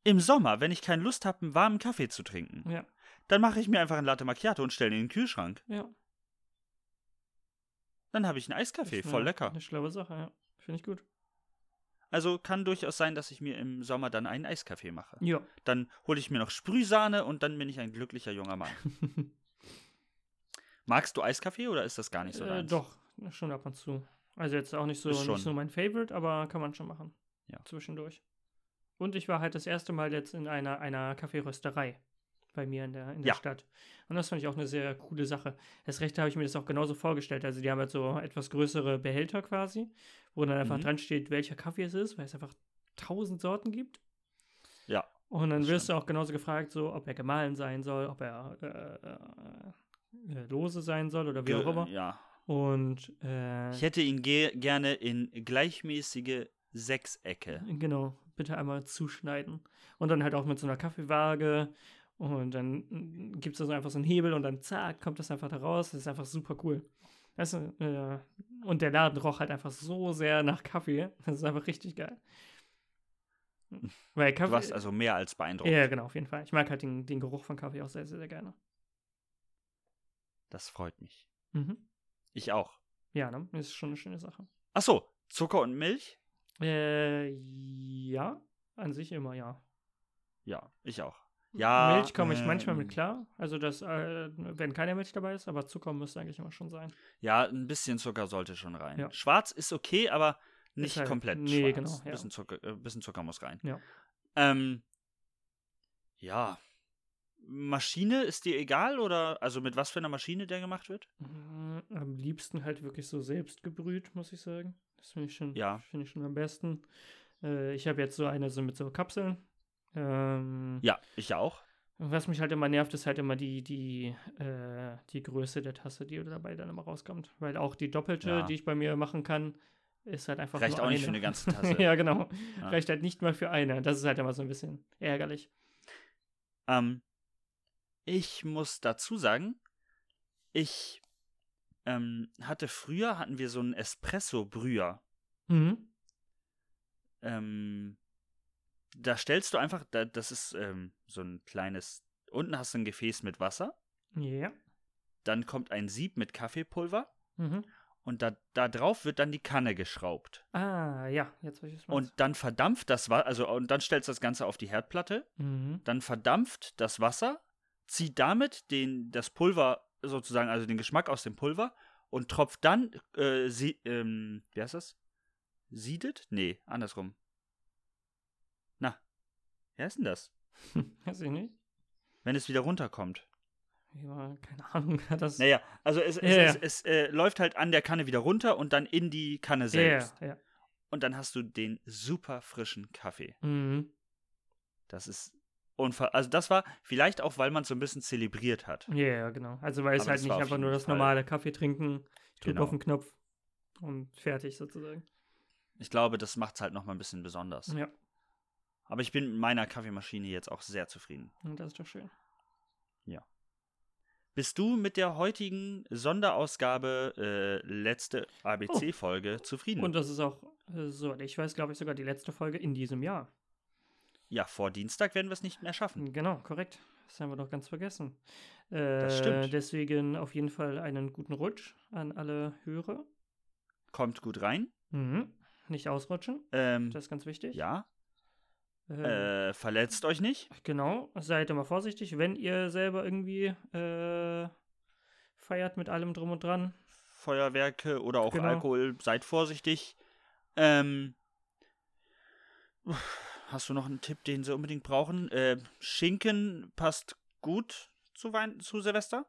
Speaker 1: Im Sommer, wenn ich keine Lust habe, einen warmen Kaffee zu trinken,
Speaker 2: Hm. ja,
Speaker 1: dann mache ich mir einfach einen Latte Macchiato und stelle ihn in den Kühlschrank.
Speaker 2: ja.
Speaker 1: Dann habe ich einen Eiskaffee,
Speaker 2: ist
Speaker 1: voll
Speaker 2: eine-
Speaker 1: lecker.
Speaker 2: Eine schlaue Sache, ja. Finde ich gut.
Speaker 1: Also kann durchaus sein, dass ich mir im Sommer dann einen Eiskaffee mache.
Speaker 2: Ja.
Speaker 1: Dann hole ich mir noch Sprühsahne und dann bin ich ein glücklicher junger Mann. Magst du Eiskaffee oder ist das gar nicht so
Speaker 2: äh,
Speaker 1: deins?
Speaker 2: doch, schon ab und zu. Also jetzt auch nicht so,
Speaker 1: Ist
Speaker 2: nicht
Speaker 1: schon.
Speaker 2: so mein Favorite, aber kann man schon machen.
Speaker 1: Ja.
Speaker 2: Zwischendurch. Und ich war halt das erste Mal jetzt in einer, einer Kaffeerösterei bei mir in der, in der
Speaker 1: Ja.
Speaker 2: Stadt. Und das fand ich auch eine sehr coole Sache. Das Recht habe ich mir das auch genauso vorgestellt. Also die haben halt so etwas größere Behälter quasi, wo dann einfach
Speaker 1: Mhm.
Speaker 2: dran steht, welcher Kaffee es ist, weil es einfach tausend Sorten gibt.
Speaker 1: Ja,
Speaker 2: Und dann
Speaker 1: das
Speaker 2: wirst du auch genauso gefragt, so, ob er gemahlen sein soll, ob er äh, äh, äh, lose sein soll oder wie
Speaker 1: Ge-
Speaker 2: auch immer.
Speaker 1: Ja.
Speaker 2: Und äh,
Speaker 1: Ich hätte ihn ge gerne in gleichmäßige Sechsecke.
Speaker 2: genau, bitte einmal zuschneiden. Und dann halt auch mit so einer Kaffeewaage. mm, Und dann gibt es da so einfach so einen Hebel und dann zack, kommt das einfach da raus. Das ist einfach super cool. Weißt du, äh, und der Laden roch halt einfach so sehr nach Kaffee. Das ist einfach richtig geil. Weil
Speaker 1: Du
Speaker 2: Kaffee.
Speaker 1: warst also mehr als beeindruckt.
Speaker 2: ja, genau, auf jeden Fall. Ich mag halt den, den Geruch von Kaffee auch sehr, sehr, sehr gerne.
Speaker 1: Das freut mich.
Speaker 2: Mhm.
Speaker 1: Ich auch.
Speaker 2: Ja, ne? Ist schon eine schöne Sache.
Speaker 1: Ach so, Zucker und Milch?
Speaker 2: Äh, ja, an sich immer, ja.
Speaker 1: Ja, ich auch. Ja.
Speaker 2: Milch komme ich manchmal
Speaker 1: ähm,
Speaker 2: mit klar. Also, das, äh, wenn keine Milch dabei ist, aber Zucker müsste eigentlich immer schon sein.
Speaker 1: Ja, ein bisschen Zucker sollte schon rein.
Speaker 2: Ja.
Speaker 1: Schwarz ist okay, aber nicht
Speaker 2: halt-
Speaker 1: komplett
Speaker 2: nee,
Speaker 1: schwarz.
Speaker 2: genau, ja.
Speaker 1: bisschen, Zucker, äh, bisschen Zucker muss rein.
Speaker 2: Ja.
Speaker 1: Ähm, ja. Maschine ist dir egal oder also mit was für einer Maschine der gemacht wird?
Speaker 2: Mm, Am liebsten halt wirklich so selbst gebrüht, muss ich sagen. Das finde ich schon,
Speaker 1: Ja.
Speaker 2: finde ich schon am besten. Äh, ich habe jetzt so eine so mit so Kapseln. Ähm,
Speaker 1: Ja, ich auch.
Speaker 2: Was mich halt immer nervt, ist halt immer die, die, äh, die Größe der Tasse, die dabei dann immer rauskommt. Weil auch die doppelte,
Speaker 1: Ja.
Speaker 2: die ich bei mir machen kann, ist halt einfach
Speaker 1: Reicht
Speaker 2: nur
Speaker 1: auch
Speaker 2: eine.
Speaker 1: nicht für eine ganze Tasse.
Speaker 2: ja, genau.
Speaker 1: Ja.
Speaker 2: Reicht halt nicht mal für eine. Das ist halt immer so ein bisschen ärgerlich.
Speaker 1: Ähm, ich muss dazu sagen, ich ähm, hatte früher hatten wir so einen Espresso-Brüher.
Speaker 2: Mhm.
Speaker 1: ähm, da stellst du einfach, da, das ist ähm, so ein kleines, unten hast du ein Gefäß mit Wasser,
Speaker 2: Ja.
Speaker 1: dann kommt ein Sieb mit Kaffeepulver
Speaker 2: Mhm.
Speaker 1: und da, da drauf wird dann die Kanne geschraubt.
Speaker 2: Ah, ja, jetzt weiß ich es
Speaker 1: Und dann verdampft das Wasser, also und dann stellst du das Ganze auf die Herdplatte,
Speaker 2: Mhm.
Speaker 1: dann verdampft das Wasser, zieht damit den, das Pulver sozusagen, also den Geschmack aus dem Pulver und tropft dann, äh, sie, ähm, wie heißt das? Siedet? Nee, andersrum. Na, wer ist denn das?
Speaker 2: Weiß ich nicht.
Speaker 1: wenn es wieder runterkommt.
Speaker 2: Ja, keine Ahnung. Das,
Speaker 1: Naja, also es, es,
Speaker 2: Ja, ja.
Speaker 1: es, es äh, läuft halt an der Kanne wieder runter und dann in die Kanne
Speaker 2: Ja, ja,
Speaker 1: selbst.
Speaker 2: ja.
Speaker 1: Und dann hast du den super frischen Kaffee.
Speaker 2: Mhm.
Speaker 1: Das ist unfassbar. Also das war vielleicht auch, weil man es so ein bisschen zelebriert hat.
Speaker 2: ja, ja, genau. Also weil es
Speaker 1: Aber
Speaker 2: halt
Speaker 1: das
Speaker 2: nicht
Speaker 1: war auf
Speaker 2: einfach nur
Speaker 1: jeden
Speaker 2: das
Speaker 1: Fall-
Speaker 2: normale Kaffee trinken, ich drücke
Speaker 1: Genau.
Speaker 2: auf den Knopf und fertig sozusagen.
Speaker 1: Ich glaube, das macht es halt nochmal ein bisschen besonders.
Speaker 2: Ja,
Speaker 1: Aber ich bin mit meiner Kaffeemaschine jetzt auch sehr zufrieden.
Speaker 2: und das ist doch schön.
Speaker 1: Bist du mit der heutigen Sonderausgabe äh, letzte ABC-Folge zufrieden?
Speaker 2: Oh. Und das ist auch äh, so, ich weiß, glaube ich, sogar die letzte Folge in diesem Jahr.
Speaker 1: ja, vor Dienstag werden wir es nicht mehr schaffen.
Speaker 2: Genau, korrekt. Das haben wir doch ganz vergessen. Äh,
Speaker 1: stimmt.
Speaker 2: Deswegen auf jeden Fall einen guten Rutsch an alle Hörer.
Speaker 1: Kommt gut rein.
Speaker 2: Mhm. Nicht ausrutschen,
Speaker 1: Ähm,
Speaker 2: das ist ganz wichtig.
Speaker 1: ja.
Speaker 2: Ähm,
Speaker 1: Äh, verletzt euch nicht.
Speaker 2: Genau, seid immer vorsichtig, wenn ihr selber irgendwie äh, feiert mit allem drum und dran.
Speaker 1: Feuerwerke oder auch
Speaker 2: Genau.
Speaker 1: Alkohol, seid vorsichtig. Ähm, hast du noch einen Tipp, den sie unbedingt brauchen? Äh, Schinken passt gut zu, Wein zu Silvester.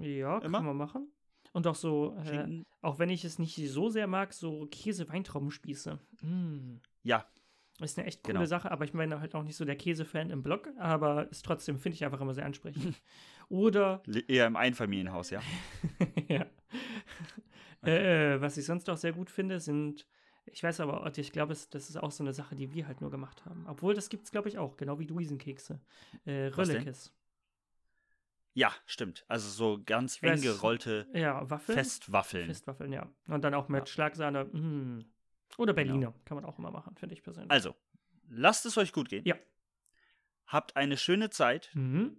Speaker 2: Ja,
Speaker 1: Immer?
Speaker 2: kann man machen. Und auch so, äh,
Speaker 1: Schinken.
Speaker 2: auch wenn ich es nicht so sehr mag, so Käse-Weintraubenspieße. Mm.
Speaker 1: Ja,
Speaker 2: Ist eine echt coole
Speaker 1: Genau.
Speaker 2: Sache, aber ich meine halt auch nicht so der Käse-Fan im Blog, aber ist trotzdem finde ich einfach immer sehr ansprechend. Oder,
Speaker 1: le- eher im Einfamilienhaus, ja.
Speaker 2: ja. äh, was ich sonst auch sehr gut finde, sind, ich weiß aber, ich glaube, es- das ist auch so eine Sache, die wir halt nur gemacht haben. Obwohl, das gibt es, glaube ich, auch, genau wie Duisenkekse. Äh,
Speaker 1: Was denn?
Speaker 2: Röllekes.
Speaker 1: Ja, stimmt. Also so ganz
Speaker 2: Ich weiß-
Speaker 1: eng gerollte
Speaker 2: Ja, Waffeln.
Speaker 1: Festwaffeln.
Speaker 2: Festwaffeln, ja. Und dann auch mit
Speaker 1: Ja. Genau.
Speaker 2: Schlagsahne. mm. Oder Berliner, kann man auch immer machen, finde ich persönlich.
Speaker 1: Also, lasst es euch gut gehen.
Speaker 2: Ja.
Speaker 1: Habt eine schöne Zeit
Speaker 2: Mhm.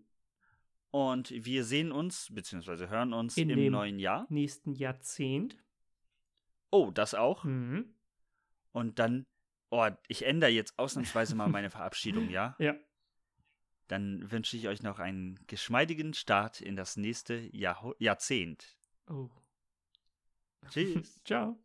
Speaker 1: und wir sehen uns, beziehungsweise hören uns
Speaker 2: In
Speaker 1: im
Speaker 2: dem-
Speaker 1: neuen Jahr.
Speaker 2: Nächsten Jahrzehnt.
Speaker 1: Oh, das auch.
Speaker 2: Mhm.
Speaker 1: Und dann, oh, ich ändere jetzt ausnahmsweise mal meine Verabschiedung, ja?
Speaker 2: Ja.
Speaker 1: Dann wünsche ich euch noch einen geschmeidigen Start in das nächste Jahrhu- Jahrzehnt.
Speaker 2: Oh.
Speaker 1: Tschüss.
Speaker 2: Ciao.